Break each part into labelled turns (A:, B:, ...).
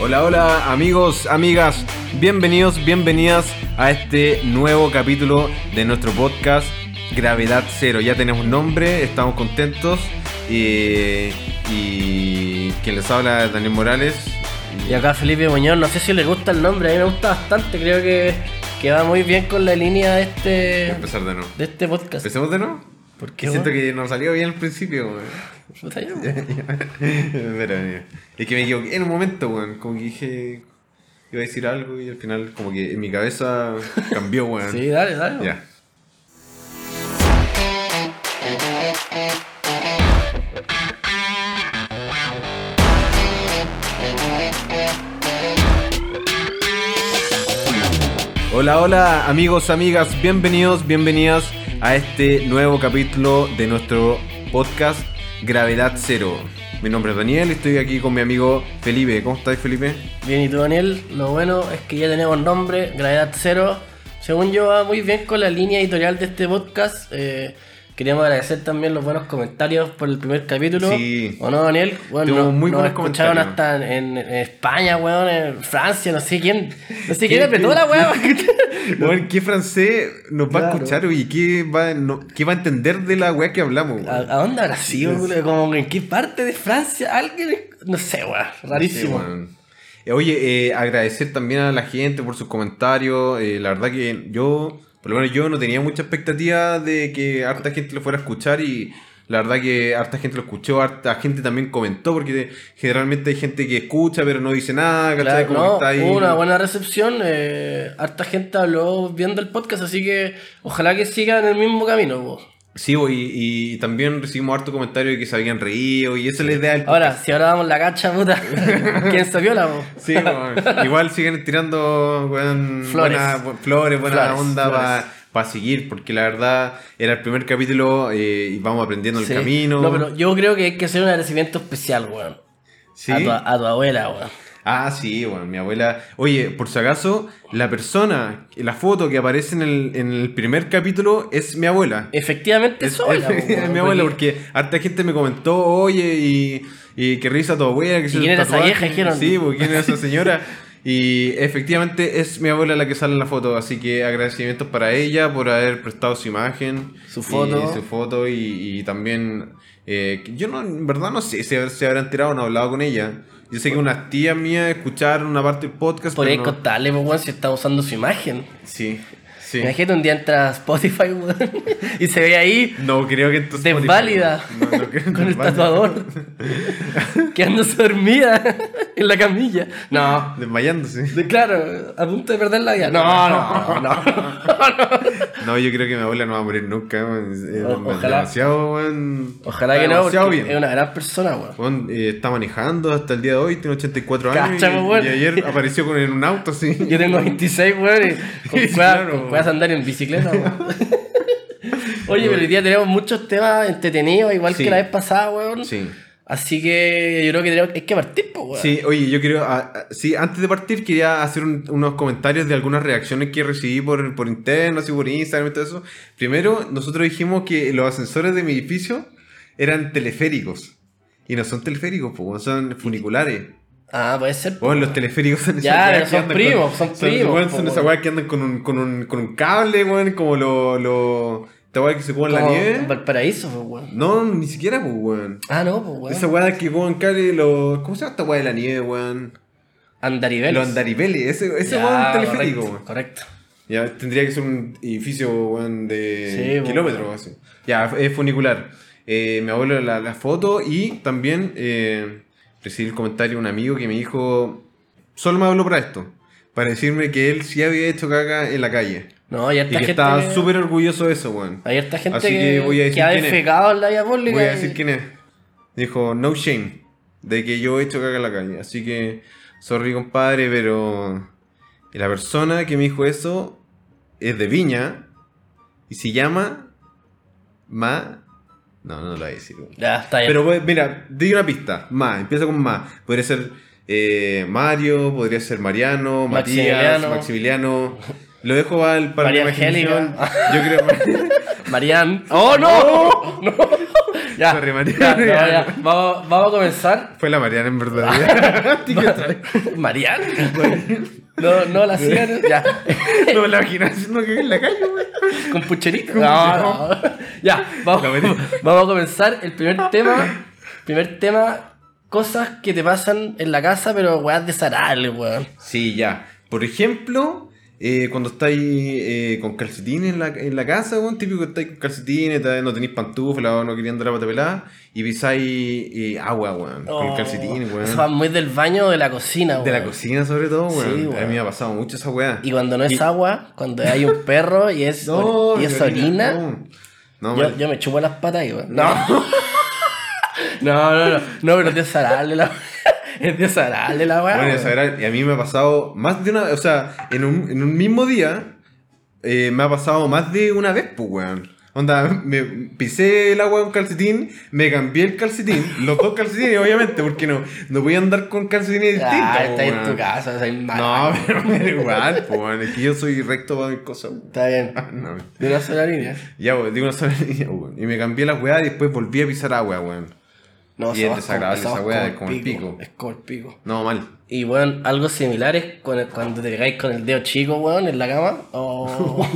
A: Hola, hola amigos, amigas, bienvenidos, bienvenidas a este nuevo capítulo de nuestro podcast Gravedad Cero. Ya tenemos nombre, estamos contentos eh, y quien les habla es Daniel Morales.
B: Y acá Felipe Muñoz, no sé si le gusta el nombre, a mí me gusta bastante, creo que, que va muy bien con la línea de este,
A: Voy a empezar de nuevo.
B: de este podcast.
A: ¿Empecemos de nuevo?
B: ¿Por
A: Que
B: qué?
A: siento
B: weón?
A: que nos salió bien al principio, weón.
B: Puta, ya, weón.
A: Espera, mira. Es que me equivoqué en un momento, weón. Como que dije. Iba a decir algo y al final, como que en mi cabeza cambió, weón.
B: Sí, dale, dale. weón.
A: Ya. Hola, hola amigos, amigas, bienvenidos, bienvenidas a este nuevo capítulo de nuestro podcast Gravedad Cero. Mi nombre es Daniel y estoy aquí con mi amigo Felipe. ¿Cómo estás Felipe?
B: Bien, y tú Daniel, lo bueno es que ya tenemos nombre, Gravedad Cero. Según yo va muy bien con la línea editorial de este podcast. Eh, queríamos agradecer también los buenos comentarios por el primer capítulo.
A: Sí.
B: ¿O no, Daniel? Bueno,
A: Tuvimos
B: nos-
A: muy
B: nos
A: buenos
B: escucharon
A: comentarios.
B: hasta en, en España, weón, en Francia, no sé quién. No sé quién
A: ¿Quién-
B: apretó
A: quién-
B: la weón.
A: Bueno, ¿qué francés nos va a
B: Claro.
A: escuchar y qué va, no- qué va a entender de la weá que hablamos? weón?
B: ¿A, a dónde habrá sido? culo? Como en qué parte de Francia, alguien. No sé, weón. Rarísimo.
A: Sí, weón. Eh, Oye, eh, agradecer también a la gente por sus comentarios. eh, la verdad que yo, por lo menos yo no tenía mucha expectativa de que harta gente lo fuera a escuchar y la verdad que harta gente lo escuchó, harta gente también comentó porque generalmente hay gente que escucha pero no dice nada, ¿cachai?
B: Claro,
A: Como
B: no,
A: que está ahí-
B: hubo una buena recepción. eh, harta gente habló viendo el podcast, así que ojalá que sigan el mismo camino. po.
A: Sí, bo, y, y también recibimos harto comentario de que se habían reído y esa es la idea del
B: Ahora, si ahora damos la cacha, puta, ¿quién se viola? po?
A: Sí, bueno, igual siguen tirando weón,
B: Flores.
A: buena- bu- flores, buena
B: Flores,
A: onda
B: flores.
A: para seguir, porque la verdad era el primer capítulo eh, y vamos aprendiendo
B: Sí.
A: el camino.
B: No, pero yo creo que hay que hacer un agradecimiento especial, weón.
A: ¿Sí?
B: A, tu, a tu abuela, weón.
A: Ah, sí, bueno, mi abuela. Oye, por si acaso, la persona, la foto que aparece en el, en el primer capítulo es mi abuela.
B: Efectivamente, es,
A: Es,
B: su abuela, po,
A: es mi
B: weón,
A: abuela,
B: porque-
A: porque harta gente me comentó, oye, y, y que risa tu abuela. Que
B: ¿Y
A: hizo
B: quién
A: el
B: era esa
A: tatuaje".
B: vieja? Dijeron.
A: Sí, porque quién era esa señora. Y efectivamente es mi abuela la que sale en la foto, así que agradecimientos para ella por haber prestado su imagen.
B: Su foto.
A: Y, su foto y, y también... eh, que yo no, en verdad no sé si se habrá enterado o no hablado con ella. Yo sé que unas tías mías escucharon una parte del podcast.
B: Por ahí
A: pero no-
B: contarle, po, weón, si está usando su imagen.
A: Sí, sí.
B: Imagínate un día entra a Spotify, weón, y se ve ahí
A: No creo que entonces...
B: Desválida.
A: No, no creo-
B: con el
A: desválida.
B: tatuador, quedándose dormida en la camilla. No,
A: Desmayándose.
B: de- claro, a punto de perder la vida. No, no, no.
A: No, yo creo que mi abuela no va a morir nunca, weón. Es- es
B: O- ojalá.
A: demasiado, weón.
B: Ojalá
A: Está
B: que no, porque
A: demasiado bien.
B: es una gran persona, weón.
A: Weón, eh, está manejando hasta el día de hoy, tiene 84 años.
B: Cacha,
A: y-
B: weón.
A: y, ayer apareció con en un auto así.
B: Yo tengo 26, weón, y con
A: Sí,
B: cuevas-
A: claro,
B: con
A: weón.
B: cuevas andar en bicicleta, weón. Oye, pero hoy día tenemos muchos temas entretenidos, igual
A: Sí.
B: que la vez pasada, weón.
A: Sí.
B: Así que yo creo que tenemos, es que partir, pues, weón.
A: Sí, oye, yo quiero. ah, ah, sí, antes de partir, quería hacer un- unos comentarios de algunas reacciones que recibí por, por interno, así por Instagram y todo eso. Primero, nosotros dijimos que los ascensores de mi edificio eran teleféricos. Y no son teleféricos, po, weón, son funiculares.
B: Ah, puede ser.
A: Bueno, los teleféricos son esas
B: Ya,
A: weas
B: pero
A: que
B: son
A: andan
B: primos,
A: con-
B: son primos,
A: weón,
B: po,
A: son esas
B: weón.
A: weas que andan con un, con un, con un cable, weón, como lo, lo. Esta wea que se cuba en la
B: como
A: nieve.
B: en Valparaíso, pues, weón.
A: No, ni siquiera, pues, weón.
B: Ah, no, pues, weón.
A: Esa wea que cuban cable, lo. ¿Cómo se llama esta wea de la nieve, weón?
B: Andariveles.
A: Los andaribeles, ese, ese
B: Ya,
A: weón teleférico,
B: correcto,
A: weón.
B: Correcto.
A: Ya, tendría que ser un edificio, weón,
B: Sí,
A: de
B: po,
A: kilómetros,
B: weón.
A: así. Ya, es funicular. Eh, mi abuelo la, la foto y también eh, recibí el comentario de un amigo que me dijo, solo me habló para esto, para decirme que él sí había hecho caca en la calle.
B: No, hay
A: Y
B: harta
A: que
B: gente.
A: estaba
B: que-
A: súper orgulloso de eso, weón.
B: Hay harta gente
A: Así
B: que,
A: que voy a decir
B: que ha
A: quién es.
B: defecado en la vía pública.
A: Voy a
B: y-
A: decir quién es. Dijo, no shame, de que yo he hecho caca en la calle. Así que, sorry compadre, pero la persona que me dijo eso es de Viña y se llama Ma... No, no lo voy a decir. weón.
B: Ya, está bien.
A: Pero pues, mira, di una pista. Ma, empieza con Ma. Podría ser eh, Mario, podría ser Mariano, Matías,
B: Maximiliano.
A: Maximiliano. Lo dejo al para la
B: María
A: imaginación. Yo creo...
B: Marian. ¡Oh, no! no! Ya,
A: Sorry, Mariana.
B: ya, no, ya. Vamos, vamos a comenzar.
A: Fue la Mariana en verdad. Así que otra vez.
B: Mariana. No, no la sigan. Ya.
A: no me la imaginas haciendo que en la calle, güey.
B: Con pucherito.
A: Con
B: No, no. Ya, vamos,
A: La metí.
B: vamos a comenzar. El primer tema. Primer tema. Cosas que te pasan en la casa, pero weas desagradables, weón.
A: Sí, ya. Por ejemplo, eh, cuando estáis eh, con calcetines en la, en la casa, weón, típico que estáis con calcetines, tal, no tenéis pantufla o no querían andar a pata pelada, y pisáis eh, agua, weón, con
B: Oh,
A: calcetines, weón.
B: Eso va muy del baño o de la cocina,
A: De la
B: weón.
A: cocina sobre todo, weón.
B: Sí,
A: A
B: weón.
A: mí me ha pasado mucho esa weá.
B: Y cuando no es agua, cuando hay un perro y es,
A: No,
B: y es orina,
A: No, no
B: yo,
A: mal.
B: yo me chupo las patas y weón. No. no, no, no. No, pero es desagradable la Es desagradable la weá.
A: Bueno,
B: weón. Ah,
A: esa era- y a mí me ha pasado más de una, o sea, en un, en un mismo día eh, me ha pasado más de una vez, pues, weón. Onda, me pisé el agua en un calcetín, me cambié el calcetín, los dos calcetines, obviamente, porque no, no voy a andar con calcetines distintos.
B: Ah, está en
A: weón.
B: tu casa, soy malo.
A: No, pero me da igual, pues, weón, es que yo soy recto para mis cosas, weón.
B: Está bien.
A: No,
B: De una sola línea.
A: ya, weón, digo una sola línea, weón. Y me cambié la weá y después volví a pisar agua, weón.
B: No,
A: Y es
B: somos
A: desagradable
B: como-
A: esa
B: somos
A: weá, es como el pico.
B: Es como el pico.
A: No, mal.
B: Y bueno, algo similar es con el- cuando te pegáis con el dedo chico, weón, en la cama. O,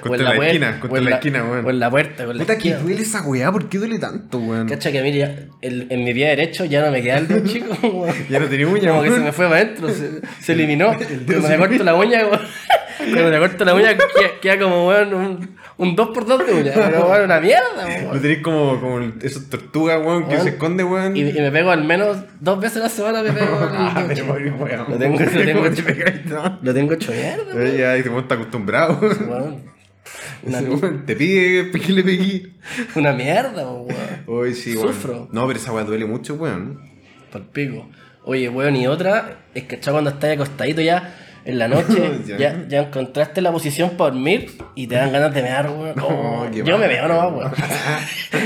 A: Contra la
B: puer-
A: esquina,
B: o
A: contra
B: en
A: la esquina, weón.
B: O en la puerta, o en la
A: Puta, que
B: esquina.
A: duele esa weá, ¿por qué duele tanto, weón?
B: Cacha que a mí ya- el- en mi pie derecho ya no me queda el dedo chico, weón.
A: Ya no tenía uña,
B: Como que se
A: weón.
B: me fue para adentro, se, se eliminó. Cuando me corto la uña, weón, cuando me corto la uña, queda, queda como, weón, un, un 2x2 de uña. Pero, weón, una mierda, weón.
A: Lo tenés como, como el- esas tortugas, weón, que
B: Weón.
A: se esconde, weón.
B: Y, y me pego al menos dos veces a la semana, me pego. el-
A: Ah, pero weón.
B: Lo tengo- lo
A: ¿Cómo
B: tengo.
A: te pegáis, no?
B: Lo tengo hecho mierda,
A: Eh, Ya, ese weón está acostumbrado. weón.
B: weón. Una,
A: Ese weón Te pide que le peguí.
B: una mierda, weón.
A: Hoy sí, weón.
B: Sufro.
A: No, pero esa weá duele mucho, weón.
B: Por pico. Oye, weón, y otra, es que chao cuando estás acostadito ya en la noche,
A: Ya.
B: ya, ya encontraste la posición para dormir y te dan ganas de mear, weón. Oh,
A: qué
B: yo me
A: mal.
B: veo nomás,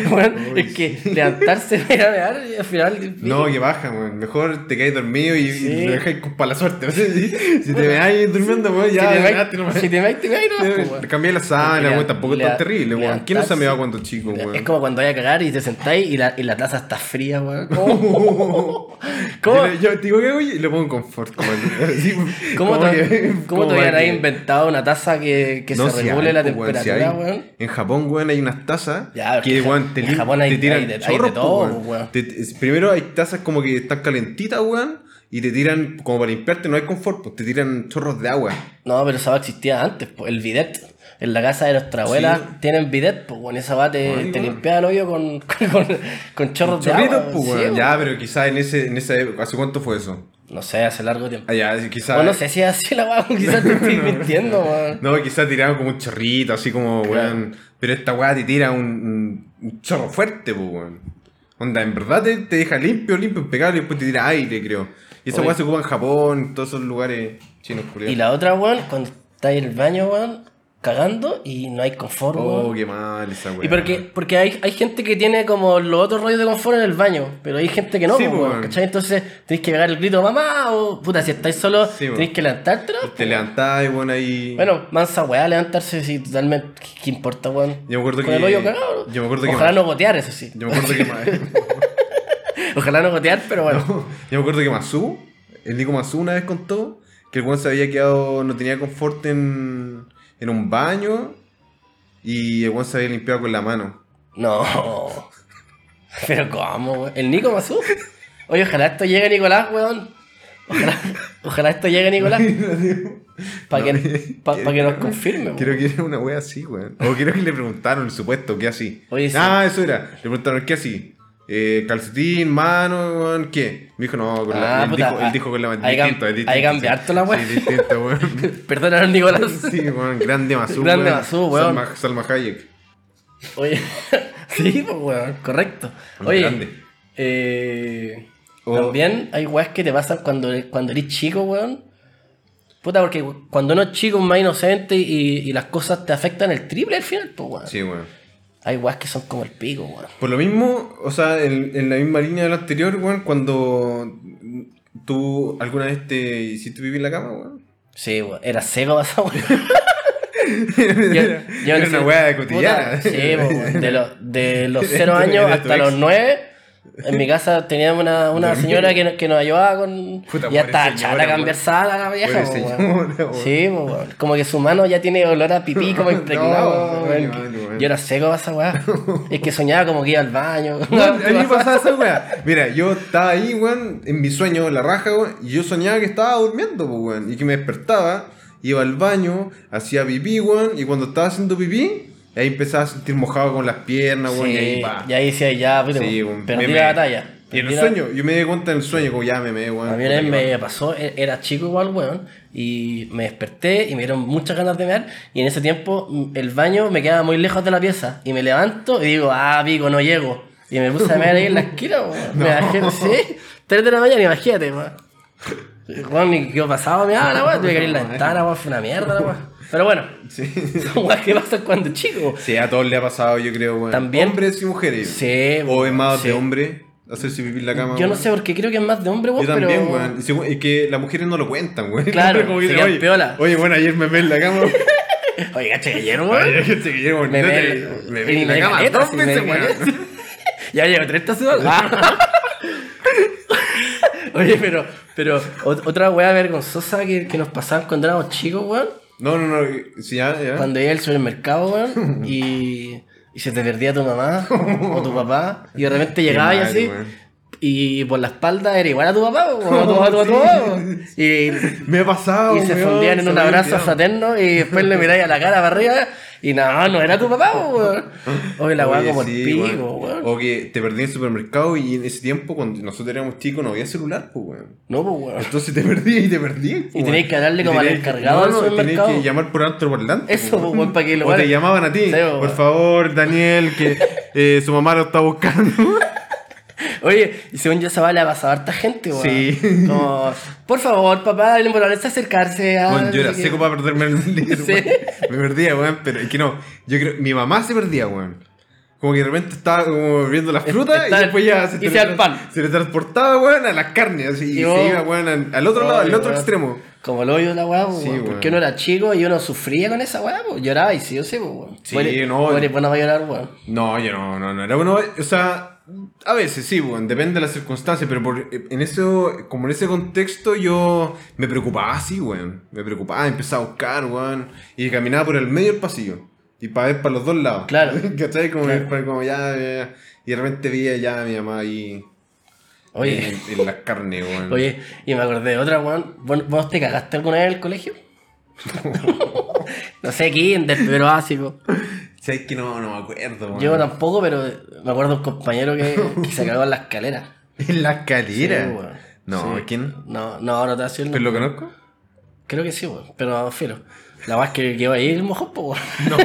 B: weón. weón
A: Uy,
B: es que levantarse para ir a mear y al final.
A: No, que baja, weón. Mejor te caes dormido y, y
B: Sí.
A: lo dejáis con- para la suerte. Si, si te veáis durmiendo, weón,
B: si
A: ya.
B: te
A: ganaste nomás.
B: vais, si te vais, te vais, no,
A: Eh,
B: weón.
A: Cambié la sala,
B: Lea-
A: weón. Tampoco es tan
B: lea-
A: terrible, weón. ¿Quién no se
B: levantarse.
A: me va cuando chico,
B: Es
A: weón?
B: como cuando vayas a cagar y te sentáis y la, y la taza está fría, weón. ¿Cómo? ¿Cómo,
A: Yo, le- yo te digo que voy y lo pongo en confort. Como el- sí,
B: cómo
A: como
B: te,
A: que-
B: cómo
A: como
B: te habían
A: que-
B: ahí inventado una taza que, que
A: No,
B: se
A: si
B: regule
A: hay,
B: la
A: pues, weón, si
B: temperatura,
A: hay.
B: weón?
A: En Japón, weón, hay unas tazas
B: Ya, porque
A: que,
B: en Ja-
A: weón, te,
B: en
A: lim-
B: Japón hay-
A: te tiran
B: hay de- hay de
A: chorros, pues,
B: todo,
A: weón.
B: weón.
A: Te- te- primero hay tazas como que están calentitas, weón, y te tiran, como para limpiarte, no hay confort, pues te tiran chorros de agua.
B: No, pero esa va existía antes, pues, el bidet. En la casa de nuestra abuela
A: Sí.
B: tienen bidet, pues, bueno, esa va te,
A: Ay,
B: te
A: weón.
B: limpiaba el hoyo con, con, con- con chorros de
A: Chorritos,
B: agua,
A: pues,
B: sí,
A: weón.
B: weón.
A: Ya, pero quizás en, ese, en esa época, ¿hace cuánto fue eso?
B: No sé, hace largo tiempo.
A: Ah, ya, quizás...
B: O no sé si es así la weá, quizás te estoy mintiendo, weón.
A: No, quizás tiraron como un chorrito, así como,
B: Claro.
A: weón. Pero esta weá te tira un, un- un chorro fuerte, pues, weón. Onda, en verdad te, te deja limpio, limpio, impecable y después te tira aire, creo. Y esa
B: Oye.
A: weá se ocupa en Japón, en todos esos lugares chinos, curiosos.
B: Y la otra, weón, cuando estás en el baño, weón, cagando y no hay confort, weón.
A: Oh, qué mal esa weá.
B: Y porque, porque hay, hay gente que tiene como los otros rollos de confort en el baño, pero hay gente que no,
A: Sí,
B: po,
A: po,
B: weón,
A: weón.
B: ¿cachai? Entonces tenéis que pegar el grito mamá o puta, si estáis solo,
A: Sí, po.
B: tenéis que levantártelo.
A: Te levantás y bueno ahí.
B: Bueno, mansa weá, levantarse, si totalmente, ¿qué, qué importa, weón?
A: Yo me acuerdo
B: Con
A: que-
B: el hoyo cagado, ¿no?
A: yo me acuerdo que-
B: Ojalá no gotear, eso sí.
A: Yo me acuerdo que ma-
B: Ojalá no gotear, pero bueno.
A: Yo me acuerdo que Masu, el Nico Masu una vez contó que el weón se había quedado. no tenía confort en. en un baño. Y el weón se había limpiado con la mano.
B: No. Pero cómo, weón. El Nico Mazú. Oye, ojalá esto llegue, Nicolás, weón. Ojalá, ojalá esto llegue, Nicolás. Para que, pa- pa' que nos confirme,
A: Creo
B: weón.
A: que era una wea así, weón. O creo que le preguntaron el supuesto, ¿qué así?
B: Oye, sí.
A: Ah, eso era. Le preguntaron, ¿qué así? Eh, calcetín, mano, weón, ¿qué? Me dijo, no, con la
B: Ah,
A: él
B: puta,
A: dijo, él
B: ah,
A: dijo con la mano.
B: ahí cam- ahí cambiar toda la wea.
A: Sí, distinto, weón.
B: Perdonaron, Nicolás.
A: Sí, weón, grande Mazú.
B: Grande
A: weón.
B: Mazú, weón.
A: Salma, Salma Hayek.
B: Oye, sí, pues, weón, correcto.
A: Lo
B: Oye,
A: grande.
B: eh,
A: O-
B: también hay weas que te pasan cuando, cuando eres chico, weón. Puta, porque cuando uno es chico es más inocente y, y las cosas te afectan el triple al final, pues, weón.
A: Sí, weón.
B: Hay weas que son como el pico, weón.
A: Por lo mismo, o sea, en, en la misma línea de la anterior, weón, cuando tú alguna vez te hiciste vivir en la cama, weón.
B: Sí, weón, era seco esa weón. Yo, yo
A: Era
B: no sé-
A: una wea de
B: puta,
A: cotidiana.
B: Sí, po, weón. de, los- de los
A: Era
B: 0
A: tu-
B: años
A: era tu
B: hasta
A: ex.
B: los 9, en mi casa teníamos una, una señora que, no- que nos ayudaba con.
A: Puta,
B: ya
A: pobre
B: estaba
A: señora,
B: chata a cambiar
A: weón.
B: sala la vieja,
A: Pobre
B: po, weón.
A: señora, weón.
B: Sí, po, weón. Como que su mano ya tiene olor a pipí como
A: No,
B: impregnado. weón.
A: weón, weón.
B: Yo era seco para esa weá. Es que soñaba como que iba al baño.
A: Weón, a mí me pasaba esa weá. Mira, yo estaba ahí, weón, en mi sueño, en la raja, weón, y yo soñaba que estaba durmiendo, pues, weón, y que me despertaba, iba al baño, hacía pipí, weón, y cuando estaba haciendo pipí, ahí empezaba a sentir mojado con las piernas, weón,
B: Sí,
A: y ahí, pa.
B: y ahí decía, ya, puta,
A: Sí,
B: po,
A: weón,
B: perdí
A: me-
B: la
A: me-
B: batalla.
A: Y en
B: Perdí
A: el
B: la-
A: sueño, yo me di cuenta en el sueño, como ya me me, weón.
B: A mí una vez me pasó, e- era chico igual, weón, y me desperté y me dieron muchas ganas de mear, y en ese tiempo mm, el baño me quedaba muy lejos de la pieza, y me levanto y digo, ah, pico, no llego, y me puse a mear ahí en la esquina, weón. Me bajé, sí, 3 de la mañana, imagínate, weón. Weón, ni quedó pasado, me la weón, tuve que abrir la ventana, weón, fue una mierda, la weón. Pero bueno,
A: Sí.
B: son weas que pasan cuando chico.
A: Sí, a todos le ha pasado, yo creo, weón.
B: También-
A: Hombres y mujeres.
B: Sí,
A: O es más
B: sí.
A: de hombre hacerse pipí en la cama.
B: Yo no
A: weón.
B: sé, porque creo que es más de hombre, weón,
A: Yo también,
B: pero...
A: weón. Y según- Es que las mujeres no lo cuentan, weón.
B: Claro,
A: Como que dicen,
B: serían
A: oye,
B: piola".
A: Oye, bueno, ayer me meé en la cama.
B: Oye, caché, ayer, weón.
A: Oye, gente que llevo-
B: Me
A: no
B: ve
A: te-
B: el-
A: me
B: el-
A: ve en la
B: el
A: cama
B: galeta,
A: dos Ah.
B: sí,
A: veces,
B: me ve el
A: weón.
B: Ya llevo 30 semanas. Oye, pero, pero ot- otra weá vergonzosa que, que nos pasaban cuando éramos chicos, weón.
A: No, no, no. Sí, ya, ya.
B: Cuando iba al supermercado, weón, y, y se te perdía tu mamá o tu papá. Y de repente llegabas y
A: mal,
B: así.
A: weón.
B: Y por la espalda era igual a tu papá, weón, o a tu, a tu- a
A: Sí.
B: tu papá, weón. Y
A: Me ha pasado,
B: y se
A: Ah, weón,
B: fundían en
A: se
B: un
A: me ha
B: abrazo
A: olvidado.
B: fraterno y después le miráis a la cara para arriba y no, no era tu papá, po, weón. Oye, la weá
A: Oye,
B: como
A: sí,
B: el pico,
A: weón.
B: weón.
A: O que te perdí en el supermercado y en ese tiempo, cuando nosotros éramos chicos, no había celular, pues, weón.
B: No, pues weón.
A: Entonces te perdí y te perdí. pues,
B: Y tenías que hablarle
A: Y
B: como al
A: tenías que-
B: encargado del
A: No, no, tenías
B: supermercado.
A: que llamar por altoparlante.
B: Eso,
A: pues,
B: pues, weón, para que lo
A: O te
B: hagan.
A: llamaban a ti.
B: Sí, pues,
A: por
B: weón.
A: favor, Daniel, que eh, su mamá lo está buscando.
B: Oye, y según yo esa vale a pasar harta gente, weón.
A: Sí.
B: Como, por favor, papá, dale por la vez a acercarse a.
A: Bueno, yo era
B: no sé qué.
A: seco para perderme el líder,
B: Ah, Sí.
A: weón. Me perdía, weón, pero es que no. Yo creo, mi mamá se perdía, weón. Como que de repente estaba como viendo las frutas y
B: está-
A: después ya se,
B: y se al pan.
A: se le transportaba, weón, a las carnes. Así, y,
B: Y vos-
A: se iba, weón, al- al otro
B: Oye,
A: lado, al otro
B: weón.
A: extremo.
B: Como el hoyo de la weá, po,
A: Sí,
B: weón.
A: weón.
B: Porque uno era chico y uno sufría con esa weá, po. Lloraba y sí, yo sé, po, weón.
A: Sí,
B: Muere-
A: no.
B: muere, bueno, pues va a llorar, weón.
A: No, yo no, no, no. Era bueno, o sea, a veces sí, weón, depende de las circunstancias, pero por, eh, en eso, como en ese contexto yo me preocupaba, sí, weón. Me preocupaba, empezaba a buscar, weón, y caminaba por el medio del pasillo. Y para ver para los dos lados.
B: Claro.
A: ¿Cachai? Como,
B: Claro.
A: para- como ya, ya, ya. Y de repente vi ya a mi mamá ahí.
B: Oye.
A: En, en la carne, weón.
B: Oye, y me acordé de otra, weón. ¿Vos- ¿Vos te cagaste alguna vez en el colegio? no sé quién, del primero básico.
A: ¿Sabes que no, no me acuerdo, weón?
B: Yo tampoco, pero me acuerdo de un compañero que, que se cagó en la escalera.
A: En la escalera.
B: Sí, weón.
A: no,
B: Sí.
A: ¿quién?
B: No, no, no te hace el
A: ¿Pero lo conozco?
B: Creo que sí, weón. Pero filo. La más que quedó ahí el mojón, po, weón.
A: No.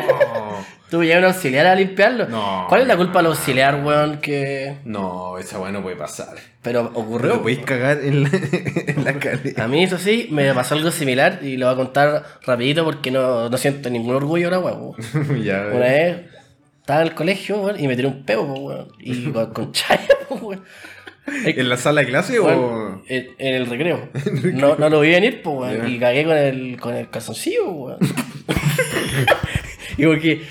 B: Tuve que llevar un auxiliar a limpiarlo.
A: No.
B: ¿Cuál es la culpa del auxiliar, weón? Que.
A: no, esa weón no puede pasar.
B: Pero
A: Pero
B: ocurrió.
A: te podéis cagar en la, en la calle.
B: A mí, eso sí, me pasó algo similar y lo voy a contar rapidito porque no, no siento ningún orgullo ahora, weón.
A: ya,
B: Una vez estaba en el colegio, weón, y me tiré un peo, po, weón. Y con, con chaya, po, weón.
A: ¿En la sala de clase
B: Weón,
A: o.?
B: en, en el recreo. No, no lo vi venir, pues, weón.
A: Ya.
B: Y cagué con el, con el calzoncillo, weón. y porque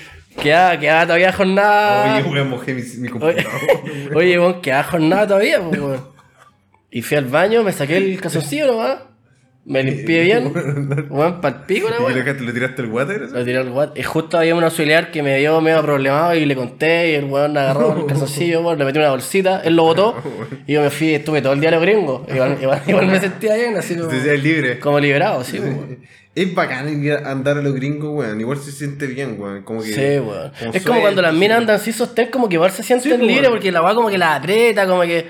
B: quedaba, quedaba todavía jornada.
A: Oye, weón, mojé mi, mi
B: Oye,
A: computador.
B: oye, weón, quedaba jornada todavía, pues, weón. Y fui al baño, me saqué el calzoncillo nomás. Me limpié bien. Weón, pa'l pico la
A: ¿Y
B: weón.
A: lo dejaste- le tiraste el water?
B: Lo tiré al guat. Y justo había un auxiliar que me dio medio problemado y le conté. Y el weón agarró el calzoncillo, weón, le metió una bolsita, él lo botó. Y yo me fui, estuve todo el día a los gringos. Igual, igual- igual me sentía bien, así como,
A: Te decías libre.
B: como liberado, sí, weón.
A: Es bacán ir a andar a los gringos, weón. Igual se siente bien, weón. Como que.
B: Sí, weón.
A: como
B: Es como cuando
A: suelto, pues,
B: las minas andan sin sostén, como que igual se sienten
A: weón.
B: libres porque la weá como que la aprieta, como que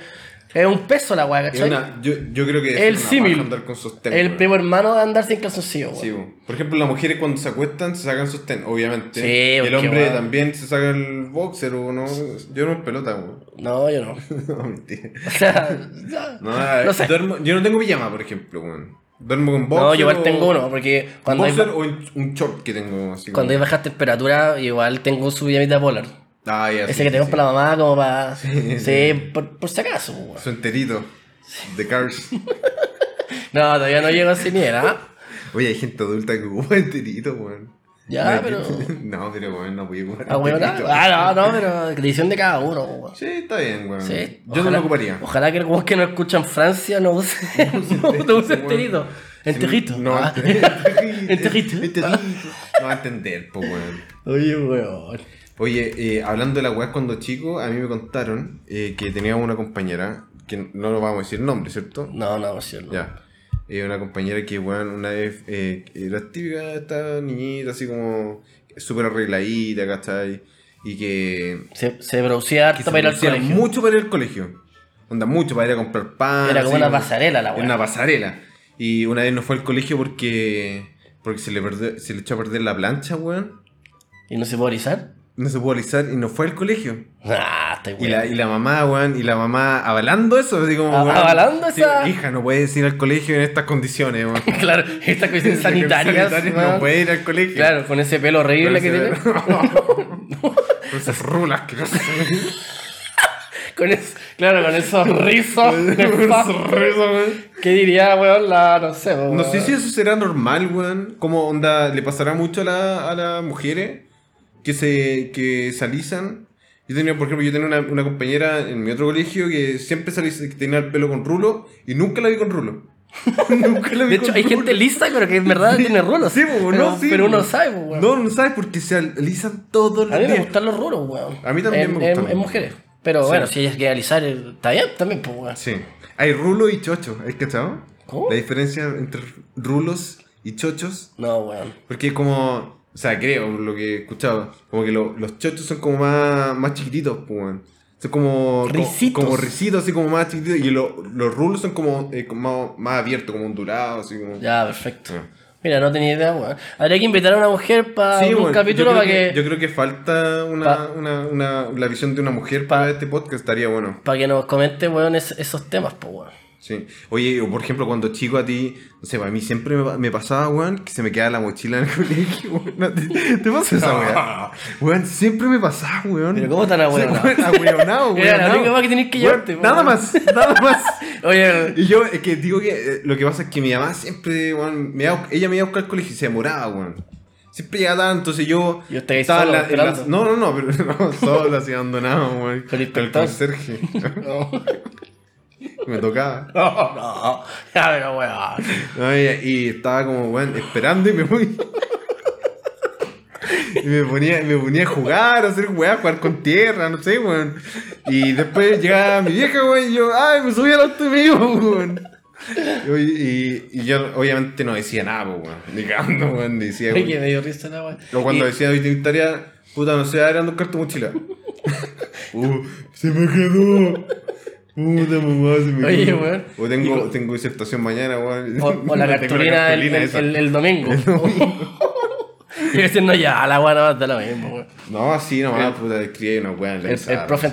B: es un peso la weá,
A: Es
B: ¿cachai?
A: una, yo, yo creo que es
B: El
A: una
B: símil.
A: paja andar con sostén.
B: Es el
A: weón.
B: primo hermano de andar sin calzoncillo, weón.
A: Sí, weón. Por ejemplo, las mujeres cuando se acuestan se sacan sostén, obviamente.
B: Sí,
A: Y el
B: porque,
A: hombre
B: weón.
A: también se saca el boxer o no. Yo no en pelota, weón.
B: No, yo no.
A: No, mentira.
B: O sea,
A: No, a ver,
B: no sé.
A: duermo- yo no tengo pijama, por ejemplo, weón. Duermo con boxer.
B: No, yo igual
A: o-
B: tengo uno, porque cuando hay-
A: boxer o un, un short que tengo así.
B: Cuando hay
A: como-
B: bajas temperaturas, igual tengo su pijamita polar.
A: Ah, ya.
B: Ese
A: sí,
B: que tenemos
A: sí.
B: para la mamá, como para.
A: Sí,
B: Sí,
A: sí.
B: por, por si acaso, weón.
A: Su enterito. De Cars.
B: No, todavía no llego a ese nivel, ¿ah?
A: Oye, hay gente adulta que ocupa enterito, weón.
B: Ya,
A: La-
B: pero.
A: no, pero bueno, no voy a ocupar
B: Ah, weón,
A: este
B: ah,
A: grito.
B: ah, no, no, pero edición de cada uno, weón.
A: Sí, está bien, weón.
B: Sí,
A: Ah. Yo no
B: ojalá-
A: lo ocuparía.
B: Ojalá que el weón que no escucha en Francia no use, no, no use enterito. Enterito.
A: este No, este.
B: ah.
A: enterrito.
B: Enterrito.
A: Enterrito. No va a entender, pues, weón.
B: Oye, weón.
A: Oye, eh, hablando de la weá cuando chico, a mí me contaron eh, que tenía una compañera, que no lo vamos a decir nombre, ¿cierto?
B: No, no, sí, no.
A: Ya. Eh, una compañera que, weón, una vez eh, era típica esta niñita, así como súper arregladita, ¿cachai? Y que
B: Se, se producía
A: que
B: harto
A: se
B: para ir al
A: producía
B: colegio.
A: mucho para ir al colegio. Onda, mucho para ir a comprar pan.
B: Era como
A: así,
B: una pasarela la weá.
A: Una pasarela. Y una vez no fue al colegio porque porque se le, perdió- se le echó a perder la plancha, weón.
B: ¿Y no se puede orizar?
A: No se pudo alisar y no fue al colegio.
B: Ah,
A: Y
B: estoy
A: la,
B: weón.
A: y la mamá, weón, y la mamá avalando eso, así como,
B: A-
A: weón,
B: avalando
A: sí,
B: esa-
A: Hija, no puedes ir al colegio en estas condiciones, weón.
B: Claro, estas cuestiones sanitarias.
A: Sanitarias,
B: weón.
A: no puedes ir al colegio.
B: Claro, con ese pelo horrible que tiene.
A: Con esas rulas que no se-
B: Con es- claro, con esos rizos.
A: Con esos
B: nefastos.
A: rizos, weón.
B: ¿Qué diría, weón? La, no sé, weón.
A: No sé si eso será normal, weón. Como onda, le pasará mucho a, la- a las mujeres que se, que se alisan. Yo tenía, por ejemplo, yo tenía una, una compañera en mi otro colegio que siempre se alisa- que tenía el pelo con rulo y nunca la vi con rulo. nunca la vi
B: De hecho,
A: con
B: hay
A: rulo.
B: gente lisa, pero que en verdad tiene rulos.
A: Sí, po,
B: pero,
A: no, sí,
B: pero
A: po.
B: uno sabe, po, weón.
A: No, no sabes porque se alisan todos
B: A
A: los
B: mí me
A: días.
B: gustan los rulos, weón.
A: A mí también
B: En-
A: me gustan.
B: En, en mujeres. Pero
A: Sí.
B: bueno, si ellas quieren alisar, eh, está bien también, pues, weón.
A: Sí. Hay rulo y chocho, ¿has cachado?
B: ¿Cómo?
A: La diferencia entre rulos y chochos
B: No, weón.
A: Porque como, o sea, creo, por lo que he escuchado, como que lo- los chochos son como más, más chiquititos, pues, weón. Son como... co-
B: Risitos.
A: Como risitos, así como más chiquititos. Y lo- los rulos son como, eh, como más, más abiertos, como ondulados, así como...
B: Ya, perfecto.
A: Ah.
B: Mira, no tenía idea, weón. Habría que invitar a una mujer para
A: Sí,
B: un
A: weón,
B: capítulo
A: yo creo
B: para que,
A: Yo creo que falta una,
B: Pa-
A: una, una, la visión de una mujer para este podcast, estaría bueno.
B: para que nos comente, weón, es- esos temas, pues, weón.
A: Sí. Oye, o por ejemplo, cuando chico a ti, no sé, a mí siempre me, me pasaba, weón, que se me quedaba la mochila en el colegio, weón. ¿No ¿Te, te pasa esa weá? Weón, siempre me pasaba, weón.
B: Pero ¿cómo tan ahueonado?
A: Sí, weón, ahueonado, weón.
B: Era la única weá que tenías que
A: Weón,
B: llevarte,
A: Nada
B: weón.
A: más, nada más.
B: Oye,
A: Y yo, es que digo que eh, lo que pasa es que mi mamá siempre, weón, me iba a bus- ella me iba a buscar al colegio y se demoraba, weón. Siempre llegaba tarde, entonces yo.
B: Y usted ahí
A: estaba en
B: solo,
A: la- en la-
B: esperando.
A: No, no, no, pero no, solo así abandonado, weón. el
B: Con el inspector.
A: conserje.
B: no,
A: me tocaba.
B: no, ya, pero weón.
A: No, y, y estaba como, weón, esperando y me voy. Y me ponía, me ponía a jugar, a hacer weá, jugar con tierra, no sé, weón. Y después llegaba mi vieja, weón, y yo, ay, me subí al auto y me iba, weón. Y, y- y yo obviamente no decía nada, pues, weón. Ni cagando, weón, ni decía,
B: Oye,
A: weón.
B: me dio risa la weón.
A: O cuando decía, hoy tengo tarea, puta, no sé, a ver, ando a buscar tu mochila. Uh, se me quedó. Puta mamá, se me
B: Oye,
A: quedó.
B: weón.
A: O
B: Y
A: tengo,
B: con-
A: tengo disertación mañana, weón.
B: O, o la
A: Tengo
B: cartulina el,
A: cartulina
B: el-
A: esa.
B: el- el domingo. Y diciendo ya, la weá no va a dar lo mismo, weón.
A: No, así nomás, puta, escribí una weá en la
B: El, el
A: pizarra,
B: profe
A: sí.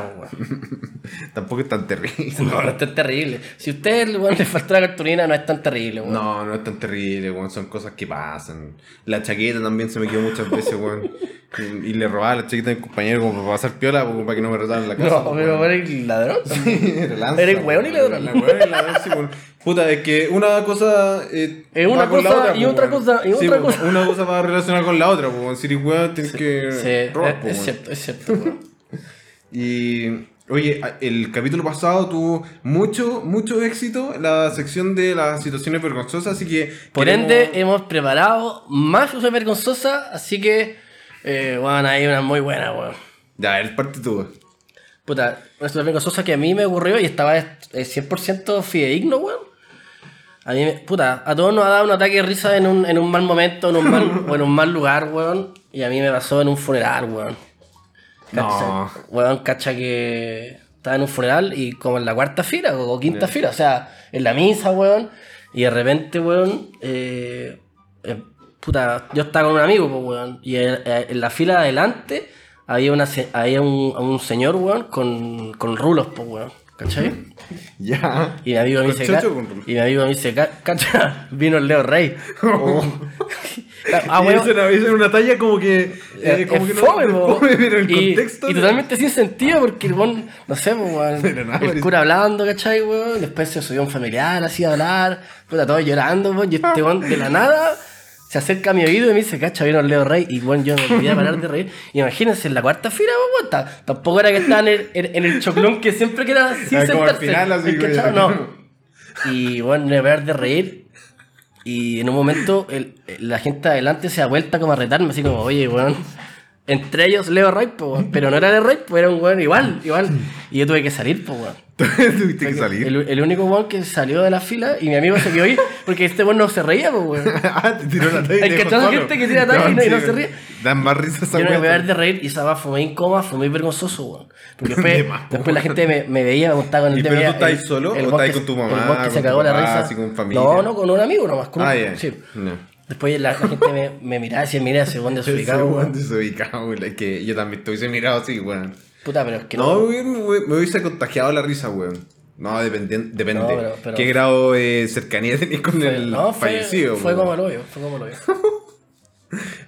B: weón.
A: Tampoco es tan terrible.
B: No, no es tan terrible. Si a usted weón, le faltó la cartulina, no es tan terrible, weón.
A: No, no es tan terrible, weón. Son cosas que pasan. La chaqueta también se me quedó muchas veces, weón. Y, y le robaba la chaqueta a mi compañero como para pasar piola, como para que no me retaran la casa.
B: No, pero
A: weón.
B: bueno, el ladrón.
A: Era lanza,
B: Era el weón y
A: weón.
B: ladrón.
A: Era el weón y ladrón, sí, weón. Puta, es que una cosa. eh,
B: Es
A: va
B: una
A: con la
B: cosa y
A: pues,
B: otra
A: weón.
B: cosa y
A: Sí,
B: otra
A: weón,
B: cosa.
A: Una cosa va relacionada con la otra, pues, weón. Si eres weón, tienes que.
B: Sí,
A: robar,
B: es,
A: pues,
B: es
A: weón.
B: cierto, es cierto, weón.
A: Y oye, a- el capítulo pasado tuvo mucho, mucho éxito la sección de las situaciones vergonzosas, así que.
B: Por
A: queremos-
B: ende, eh, hemos preparado más cosas vergonzosas, así que, eh, weón, hay una muy buena, weón.
A: Ya, el parte tuvo.
B: Puta, una situación vergonzosa que a mí me ocurrió y estaba eh, 100% fidedigno, weón. A mí, me- puta, a todos nos ha dado un ataque de risa en un, en un mal momento, en un mal, o en un mal lugar, weón. Y a mí me pasó en un funeral, weón. Cacha,
A: No.
B: Weón, cacha que estaba en un funeral y como en la cuarta fila o, o quinta fila, o sea, en la misa, weón. Y de repente, weón, eh, eh, puta, yo estaba con un amigo, pues, weón. Y en, en la fila de adelante había, una, se- había un, un señor, weón, con, con rulos, pues, weón. ¿Cachai?
A: Ya.
B: Y mi amigo me
A: ¿Con
B: dice,
A: chocho
B: ca-
A: o con rulo?
B: y mi amigo me dice, ca- cacha, vino el Leo Rey. ah,
A: Oh. Y
B: weón,
A: eso era, eso era una talla como que. eh,
B: es-
A: como
B: es
A: que
B: fome,
A: no,
B: po.
A: pero el
B: y,
A: contexto.
B: y
A: de-
B: totalmente sin sentido porque el bon, no sé, po, weón,
A: Pero nada,
B: el
A: pero-
B: cura hablando, ¿cachai, weón? Después se subió un familiar así a hablar, puta, todos llorando, weón, y este weón de la nada se acerca a mi oído y me dice, cacha, vino Leo Rey. Y bueno, yo no podía parar de reír. Imagínense, en la cuarta fila, weón, ta- tampoco era que estaba en el, en, en el choclón que siempre queda así
A: Ah,
B: sentarse.
A: como al final, así,
B: ¿Es
A: güey,
B: cachado?
A: acá.
B: No. Y bueno, no iba a parar de reír. Y en un momento el- la gente adelante se da vuelta como a retarme, así como, oye, weón. Entre ellos Leo Rey, po, weón. pero no era de Rey, pues era un weón igual, igual. Y yo tuve que salir, pues, weón.
A: Tuviste que salir.
B: El, el único weón que salió de la fila y mi amigo se quedó ahí porque este weón no se reía, pues, weón.
A: ah, te tiró la talla. y
B: Hay
A: te dejó
B: cachado
A: solo.
B: gente que tira talla y no- y no
A: sí,
B: se ríe.
A: Dan más risa esa
B: Yo no me voy a
A: wea.
B: dar de reír y estaba fumé incómoda, fumé vergonzoso, weón. Porque
A: De
B: después,
A: más, po,
B: después la gente me, me veía, me montaba con el
A: ¿Y
B: tema.
A: pero
B: ya,
A: tú estás
B: el-
A: ahí solo
B: el
A: o
B: weón
A: estás
B: que-
A: con tu mamá,
B: El weón que
A: con
B: se
A: tu
B: cagó la
A: papá,
B: risa.
A: así con familia?
B: No, no, con un amigo nomás. Con un-
A: Ah, ya.
B: sí.
A: No.
B: Después la, la gente me, me miraba así, mira ese weón desubicado,
A: Ese weón
B: weón.
A: desubicado, güey, la que yo también te hubiese mirado así, weón.
B: Puta, pero es que
A: No,
B: no.
A: güey, me hubie- me hubiese contagiado la risa, weón. No, depende. depende.
B: No, pero- pero-
A: ¿Qué grado de cercanía tenés con el
B: no, fue,
A: fallecido,
B: fue
A: weón?
B: como el hoyo, fue como el hoyo.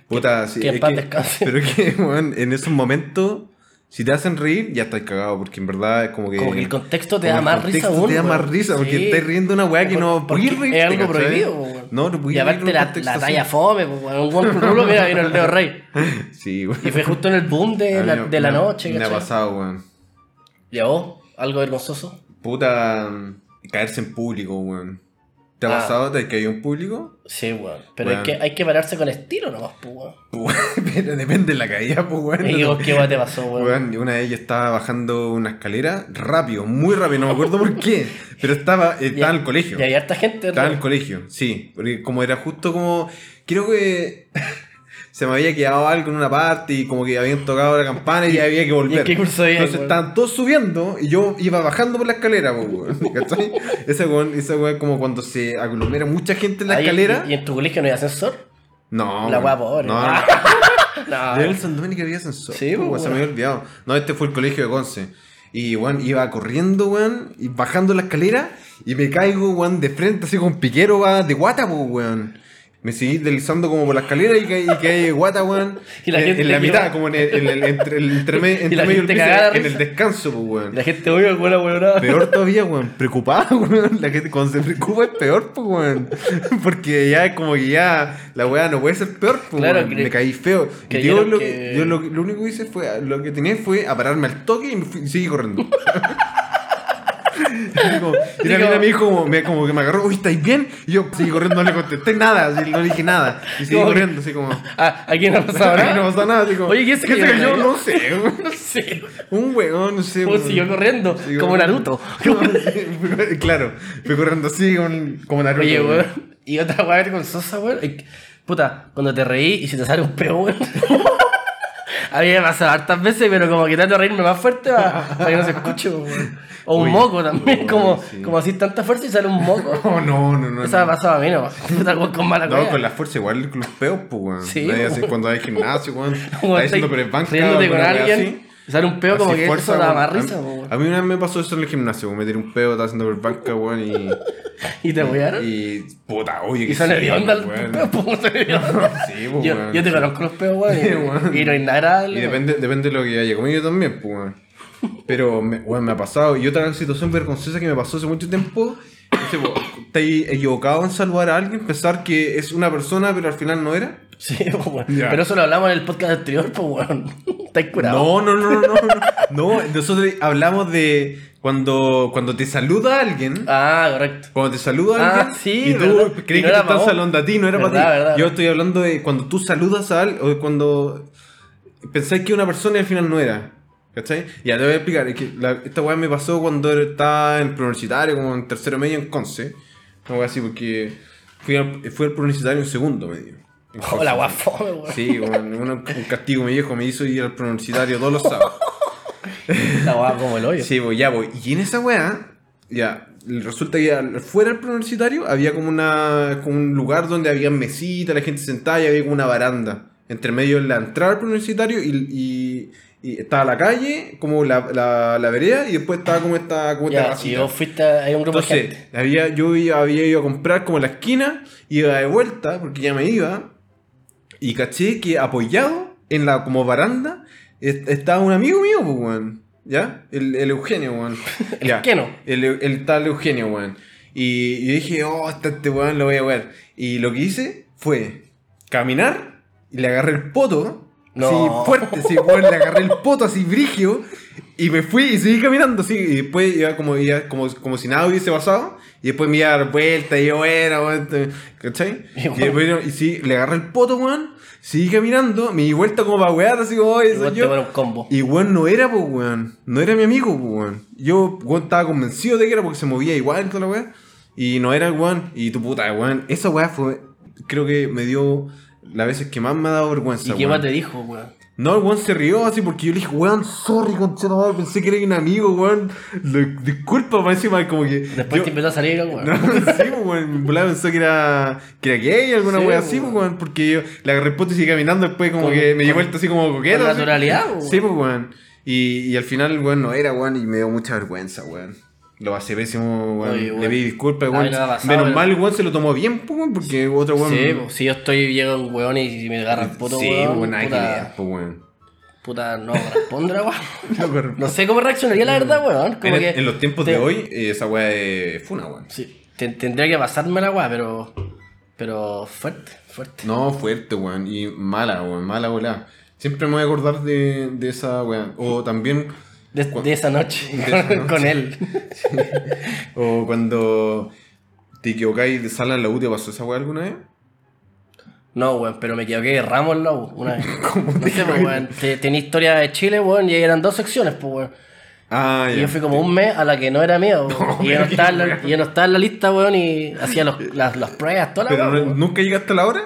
A: Puta, sí.
B: que en
A: es
B: paz descanse.
A: Pero es que, weón, en esos momentos, si te hacen reír, ya estás cagado, porque en verdad es como que.
B: Como que el contexto te
A: como
B: da
A: el
B: más risa,
A: contexto
B: weón.
A: Te da más
B: weón.
A: risa, porque
B: Sí.
A: estás riendo una weá que
B: Por-
A: no
B: porque
A: podís reírte,
B: Es algo
A: ¿cachai?
B: prohibido, weón.
A: No, no podís
B: Y aparte
A: reírte en un
B: la,
A: contexto
B: la
A: así.
B: talla fome, pues, weón. Un weón con rulo, mira, vino el Leo Rey.
A: Sí, weón.
B: Y fue justo en el boom de
A: A
B: la,
A: mí me-
B: de la
A: me-
B: noche,
A: Me ha
B: ¿cachai?
A: pasado, weón.
B: ¿Y a vos? ¿Algo vergonzoso?
A: Puta, caerse en público, weón. ¿Te ha
B: Ah.
A: pasado de que hay un público?
B: Sí, weón. Pero
A: Weón.
B: Hay, que, hay que pararse con estilo nomás, pues, weón.
A: Pero depende de la caída, pues, weón.
B: Y digo, ¿qué weón te pasó, weón?
A: Weón, una vez yo estaba bajando una escalera rápido, muy rápido, no me acuerdo por qué. Pero estaba,
B: Y-
A: estaba en el colegio.
B: Y había harta gente,
A: Estaba en el
B: weón.
A: colegio, sí. Porque como era justo como. Creo que. Se me había quedado algo en una parte y como que habían tocado la campana y había que volver.
B: en qué curso había,
A: Entonces
B: weón?
A: estaban todos subiendo y yo iba bajando por la escalera, po, weón. ¿Cachai? Esa weón, esa weón como cuando se aglomera mucha gente en la
B: Ahí-
A: escalera.
B: ¿Y, y en tu colegio no hay ascensor?
A: No.
B: la
A: weón.
B: weá pobre.
A: No, no.
B: no.
A: De Nelson Doménica había ascensor.
B: Sí,
A: Sí,
B: pues,
A: se me había olvidado. No, este fue el colegio de Conce. Y, weón, iba corriendo, weón, y bajando la escalera, y me caigo, weón, de frente, así con piquero, va, de guata, po, weón. Me seguí deslizando como por la escalera y caí, y caí de guata, weón.
B: Y la
A: en,
B: gente
A: en la
B: que
A: mitad,
B: va-
A: como en el, en el- entre, el- entre me- entre
B: la
A: medio del
B: gente
A: piso,
B: cagada de
A: en el
B: risa.
A: descanso, po, weón.
B: La gente, oye, buena weón.
A: Peor todavía, weón. Preocupada, weón. La gente cuando se preocupa es peor, pues, weón. Porque ya es como que ya la weá no puede ser peor, pues,
B: Claro,
A: weón.
B: cre-
A: Me caí feo. Yo,
B: creyeron
A: lo,
B: que-
A: yo lo, lo único que hice fue, lo que tenía fue a pararme al toque y me fui- seguí corriendo. Y digo- Y la
B: Digo-
A: mina me dijo como, me, como que me agarró, uy, ¿estáis bien? Y yo seguí corriendo, no le contesté nada, así, no le dije nada. Y seguí
B: Como que-
A: corriendo, así como...
B: Ah, aquí no ha pasado
A: "Ay,
B: nada.
A: No pasa nada, así como...
B: Oye, ¿quién se
A: ¿qué
B: cayó en la
A: cayó?
B: vida?
A: No sé, weón.
B: Sí.
A: Un weón, no sé,
B: Como
A: weón.
B: siguió corriendo,
A: Sí,
B: como
A: weón.
B: Naruto.
A: claro, fui corriendo así como, como Naruto.
B: Oye, weón. Y otra weá vergonzosa, weón. es que- Puta, cuando te reí y se te sale un peo, weón. A mí me pasa hartas veces, pero como que trato de reírme más fuerte para, para que no se escuche, weón. O un
A: Oye,
B: moco también,
A: oye,
B: como,
A: sí.
B: como así tanta fuerza y sale un moco.
A: No, Oh, no, no, no.
B: Esa me
A: no.
B: pasaba a mí, ¿no? Puta, weón, con mala
A: No,
B: wea.
A: con la fuerza igual los peos, pues, weón.
B: Sí,
A: Ahí
B: weón.
A: así cuando hay gimnasio, weón.
B: Como
A: Está diciendo,
B: estáis
A: pero es banca.
B: riéndote con
A: alguna wea
B: alguien,
A: así.
B: y sale un peo
A: Así
B: como que
A: fuerza,
B: eso da
A: weón.
B: más
A: A-
B: risa, weón.
A: A mí una vez me pasó eso en el gimnasio, weón. Me tiré un peo, estaba haciendo por banca, weón. Y,
B: Y te wearon.
A: y. Puta, oye.
B: Y
A: que
B: sale
A: sí,
B: hedionda el
A: weón.
B: peo, pues, sale hedionda.
A: Sí, pues,
B: Yo,
A: weón.
B: yo te
A: sí.
B: conozco los peos, weón.
A: Sí, weón.
B: y- Y no hay nada agradable,
A: Y
B: weón.
A: depende, depende de lo que haya comido también, pues, weón. Pero, me, weón, me ha pasado. Y otra situación vergonzosa que me pasó hace mucho tiempo. Te estáis equivocado en saludar a alguien, pensar que es una persona, pero al final no era.
B: Sí, pues, weón.
A: Ya.
B: Pero eso lo hablamos en el podcast anterior, pues, weón. Estáis curado.
A: No, no, no, no, no, no. No, nosotros hablamos de cuando, cuando te saluda alguien.
B: Ah, correcto.
A: Cuando te saluda
B: Ah,
A: alguien
B: sí,
A: y tú
B: verdad.
A: crees
B: Y no
A: que te
B: era
A: están
B: pa' vos.
A: saludando a ti, no era para ti.
B: Verdad, verdad.
A: Yo estoy hablando de cuando tú saludas a alguien, o de cuando pensáis que una persona y al final no era. ¿Cachai? Ya te voy a explicar. Es que la- esta weá me pasó cuando estaba en preuniversitario, como en tercero medio en Conce. Una weá así, porque fui al, fui al preuniversitario en segundo medio. En Conce.
B: Hola, guafome, weón.
A: Sí, un, un- un castigo mi viejo me hizo ir al preuniversitario todos los sábados.
B: La guapa como el hoyo.
A: Sí, voy, ya voy. Y en esa weá, ya, resulta que al- fuera del preuniversitario había como, una, como un lugar donde había mesitas, la gente sentada y había como una baranda. Entre medio de la entrada al preuniversitario y, y- y estaba la calle, como la, la, la vereda, y después estaba como esta como
B: Ya,
A: terracita.
B: y vos fuiste a hay un grupo de
A: Entonces,
B: gente.
A: había, yo iba- había ido a comprar como en la esquina, iba de vuelta, porque ya me iba, y caché que apoyado en la como baranda est- estaba un amigo mío, pues, weón. ¿Ya? El, el Eugenio, weón.
B: ¿El
A: Ya.
B: qué no?
A: El, el tal Eugenio, weón. Y, y dije, oh, este, este weón lo voy a ver. Y lo que hice fue caminar y le agarré el poto.
B: No.
A: Así fuerte, sí, weón, le agarré el poto así brigio. Y me fui y seguí caminando, sí. Y después iba como, iba como, como si nada hubiese pasado. Y después me iba a dar vuelta y yo, bueno, bueno, te- ¿cachai? Y,
B: Igual.
A: después, y sí, le agarré el poto, weón. Seguí caminando, me di vuelta como para wear, así como, oye, soy
B: Igual te
A: yo.
B: pone un combo.
A: Y weón no era, pues weón. No era mi amigo, pues weón. Yo, weón, estaba convencido de que era porque se movía igual, toda la weá. Y no era el weón. Y tu puta, weón. Esa weá fue. Creo que me dio. Las veces que más me ha dado vergüenza,
B: ¿Y qué
A: weón.
B: más te dijo, weón?
A: No, el weón se rió así porque yo le dije, weón, sorry, conchetumadre, pensé que era un amigo, weón. Lo- disculpa, para encima, como que.
B: Después
A: yo-
B: te empezó a salir, weón.
A: no, sí, pues, weón. en volada pensó que era, que era gay, alguna
B: Sí,
A: wea así,
B: weón.
A: pues, weón. Porque yo la agarré el poto y seguí caminando. Después, como
B: Con-
A: que me di
B: con-
A: vuelta así como coqueta.
B: con
A: así.
B: naturalidad, weón.
A: Sí, pues, weón. Y, y al final, weón, no era, weón. Y me dio mucha vergüenza, weón. Lo pasé pésimo, weón.
B: Oye, weón.
A: Le pedí disculpas,
B: Ay,
A: weón.
B: no me ha pasado,
A: Menos
B: pero-
A: mal, weón, se lo tomó bien, pues, weón. Porque otro weón.
B: Sí, po, si yo estoy llega un weón y si me agarra el poto,
A: Sí,
B: weón,
A: weón, hay que leer,
B: puta,
A: pues, weón.
B: puta, no corresponde, weón.
A: No, pero-
B: No sé cómo reaccionaría, la verdad, weón. Como
A: Mm. en,
B: que
A: en los tiempos
B: te-
A: de hoy, eh, esa weá es funa, weón.
B: Sí, te- tendría que pasarme la weá, pero. Pero fuerte, fuerte.
A: No, fuerte, weón. Y mala, weón. Mala volá. Siempre me voy a acordar de, de esa weá. O también,
B: De,
A: Cu-
B: de esa noche, con, con él.
A: o cuando te equivocáis de sala en la U, ¿te pasó esa weá alguna vez?
B: No, weón, pero me equivoqué de Ramos en la U, una vez. No sé, pues, weón. te- Tenía historia de Chile, weón, y eran dos secciones, pues, weón.
A: Ah,
B: Y
A: ya.
B: yo fui como un mes a la que no era mía, weón.
A: No,
B: y yo
A: pero
B: no,
A: qué
B: estaba en la,
A: weón.
B: y yo no estaba en la lista, weón, y hacía los, las, las pruebas, toda la
A: Pero
B: weá,
A: no-
B: weón.
A: nunca llegaste a la hora.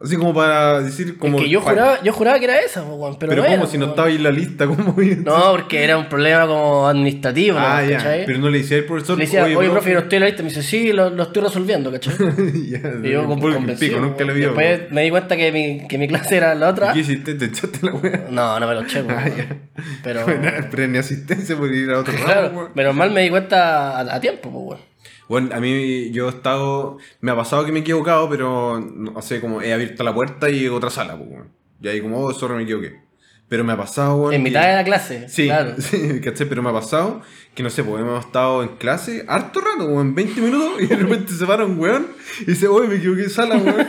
A: Así como para decir, como.
B: Es que yo
A: pa-
B: juraba, yo juraba que era esa, po, weón, pero,
A: Pero,
B: no
A: como
B: era,
A: si no
B: po,
A: estaba ahí en la lista, ¿cómo?
B: weón. No, porque era un problema como administrativo,
A: ah,
B: weón,
A: ya.
B: ¿cachai?
A: Pero no le decía al profesor.
B: Le decía, oye, profe, no
A: profe".
B: estoy en la lista. Me dice, sí, lo, lo estoy resolviendo, ¿cachai?
A: Ya,
B: Y yo como
A: porque
B: convencido.
A: pico, nunca le
B: weón.
A: vio.
B: Después me di cuenta que mi, que mi clase era la otra.
A: ¿Y ¿Qué hiciste? ¿Te echaste la weá?
B: No, no me lo eché, weón.
A: Ah, ya.
B: Pero,
A: Buena, Pero ni asistencia por ir a otro lado,
B: claro, menos mal me di cuenta a, a tiempo, pues, weón.
A: Bueno, a mí yo he estado. Me ha pasado que me he equivocado, pero. No sé, como he abierto la puerta y otra sala, pues, weón. Y ahí, como, oh, sorry, me equivoqué. Pero me ha pasado, weón.
B: En
A: que-
B: mitad de la clase,
A: Sí,
B: claro.
A: sí, ¿cachai? Pero me ha pasado que no sé, pues hemos estado en clase harto rato, como en 20 minutos, y de repente se para un weón y dice, oye, me equivoqué de sala, weón.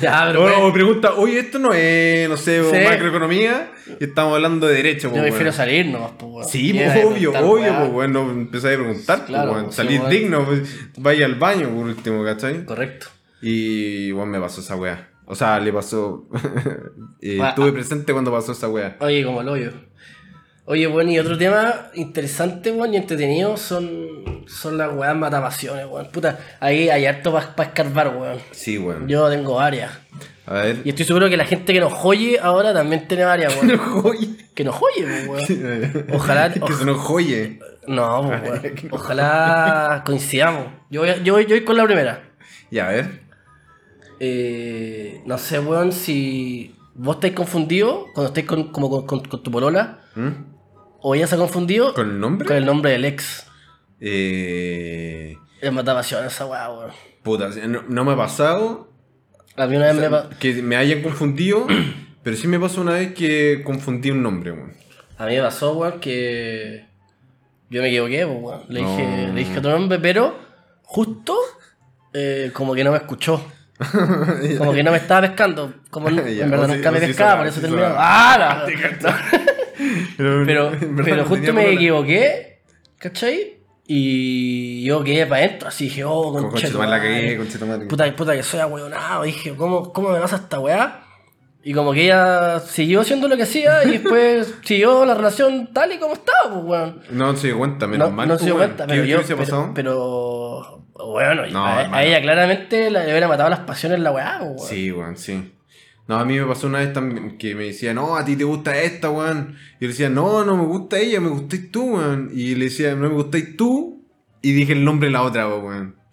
B: Ya, pero, pues,
A: o,
B: weón,
A: o pregunta, oye, esto no es, no sé,
B: Sí.
A: macroeconomía, y estamos hablando de derecho,
B: yo
A: pues,
B: prefiero
A: weón.
B: salir nomás, pues, weón.
A: Sí,
B: Y
A: pues,
B: iba a
A: obvio,
B: preguntar,
A: obvio,
B: weá.
A: pues, bueno, empezáis a preguntar,
B: Claro,
A: pues, bueno,
B: sí,
A: salís
B: weón.
A: digno, pues, vaya al baño por último, ¿cachai?
B: Correcto.
A: Y, bueno, me pasó esa weá. O sea, le pasó. eh,
B: Ah,
A: estuve
B: ah.
A: presente cuando pasó esa weá.
B: Oye, como el hoyo. Oye, bueno, y otro tema interesante, bueno, y entretenido son, son las weas matapasiones, weón. Puta, ahí hay harto para escarbar, weón.
A: Sí, weón.
B: Yo tengo varias.
A: A ver.
B: Y estoy seguro que la gente que nos oye ahora también tiene varias, weón. que nos oye, pues, weón. Ojalá-
A: que se nos joye.
B: No, pues, weón. Ojalá coincidamos. Yo voy, a- yo, voy- yo voy con la primera.
A: Ya, a ver.
B: Eh, no sé, weón, si vos estáis confundido cuando estáis con, como con, con- con tu polola
A: ¿Mm?
B: o ella se ha confundido
A: ¿Con el nombre?
B: con el nombre del ex.
A: Eh,
B: Es matapasiones esa weá, weón.
A: puta, no, no me ha pasado
B: A mí una vez me pa-
A: que me hayan confundido, pero sí me pasó una vez que confundí un nombre, weón.
B: A mí me pasó, weón, que yo me equivoqué, pues, weón. Le,
A: No.
B: dije, le dije otro nombre, pero justo eh, como que no me escuchó. Como que no me estaba pescando. Como n-
A: Ya,
B: en verdad
A: o si-
B: nunca me
A: o si
B: pescaba,
A: sonaba,
B: por eso
A: si
B: terminó.
A: sonaba.
B: ¡Ah! la-
A: Pero,
B: Pero,
A: en verdad
B: pero
A: no
B: justo
A: tenía
B: me
A: polola.
B: equivoqué, ¿cachai? Y yo quedé para adentro, así dije, oh,
A: Con
B: conchetumare.
A: conchetumar la cagué, conchetumar.
B: Puta, puta que soy ahueonado. Dije, ¿cómo, ¿cómo me pasa esta weá? Y como que ella siguió haciendo lo que hacía y después siguió la relación tal y como estaba, pues, weón.
A: No se dio cuenta, menos
B: No,
A: mal.
B: no
A: pues,
B: se dio
A: weón.
B: cuenta,
A: ¿Qué-
B: pero
A: qué
B: yo.
A: hubiese pasado?
B: Pero, pero, bueno,
A: No,
B: a, a
A: hermano.
B: ella claramente la- le hubiera matado las pasiones la weá, pues, weón.
A: Sí, weón, sí. No, a mí me pasó una vez también que me decía, no, a ti te gusta esta, weón. Y yo le decía, no, no me gusta ella, me gustáis tú, weón. Y le decía, no me gustáis tú. Y dije el nombre de la otra, weón.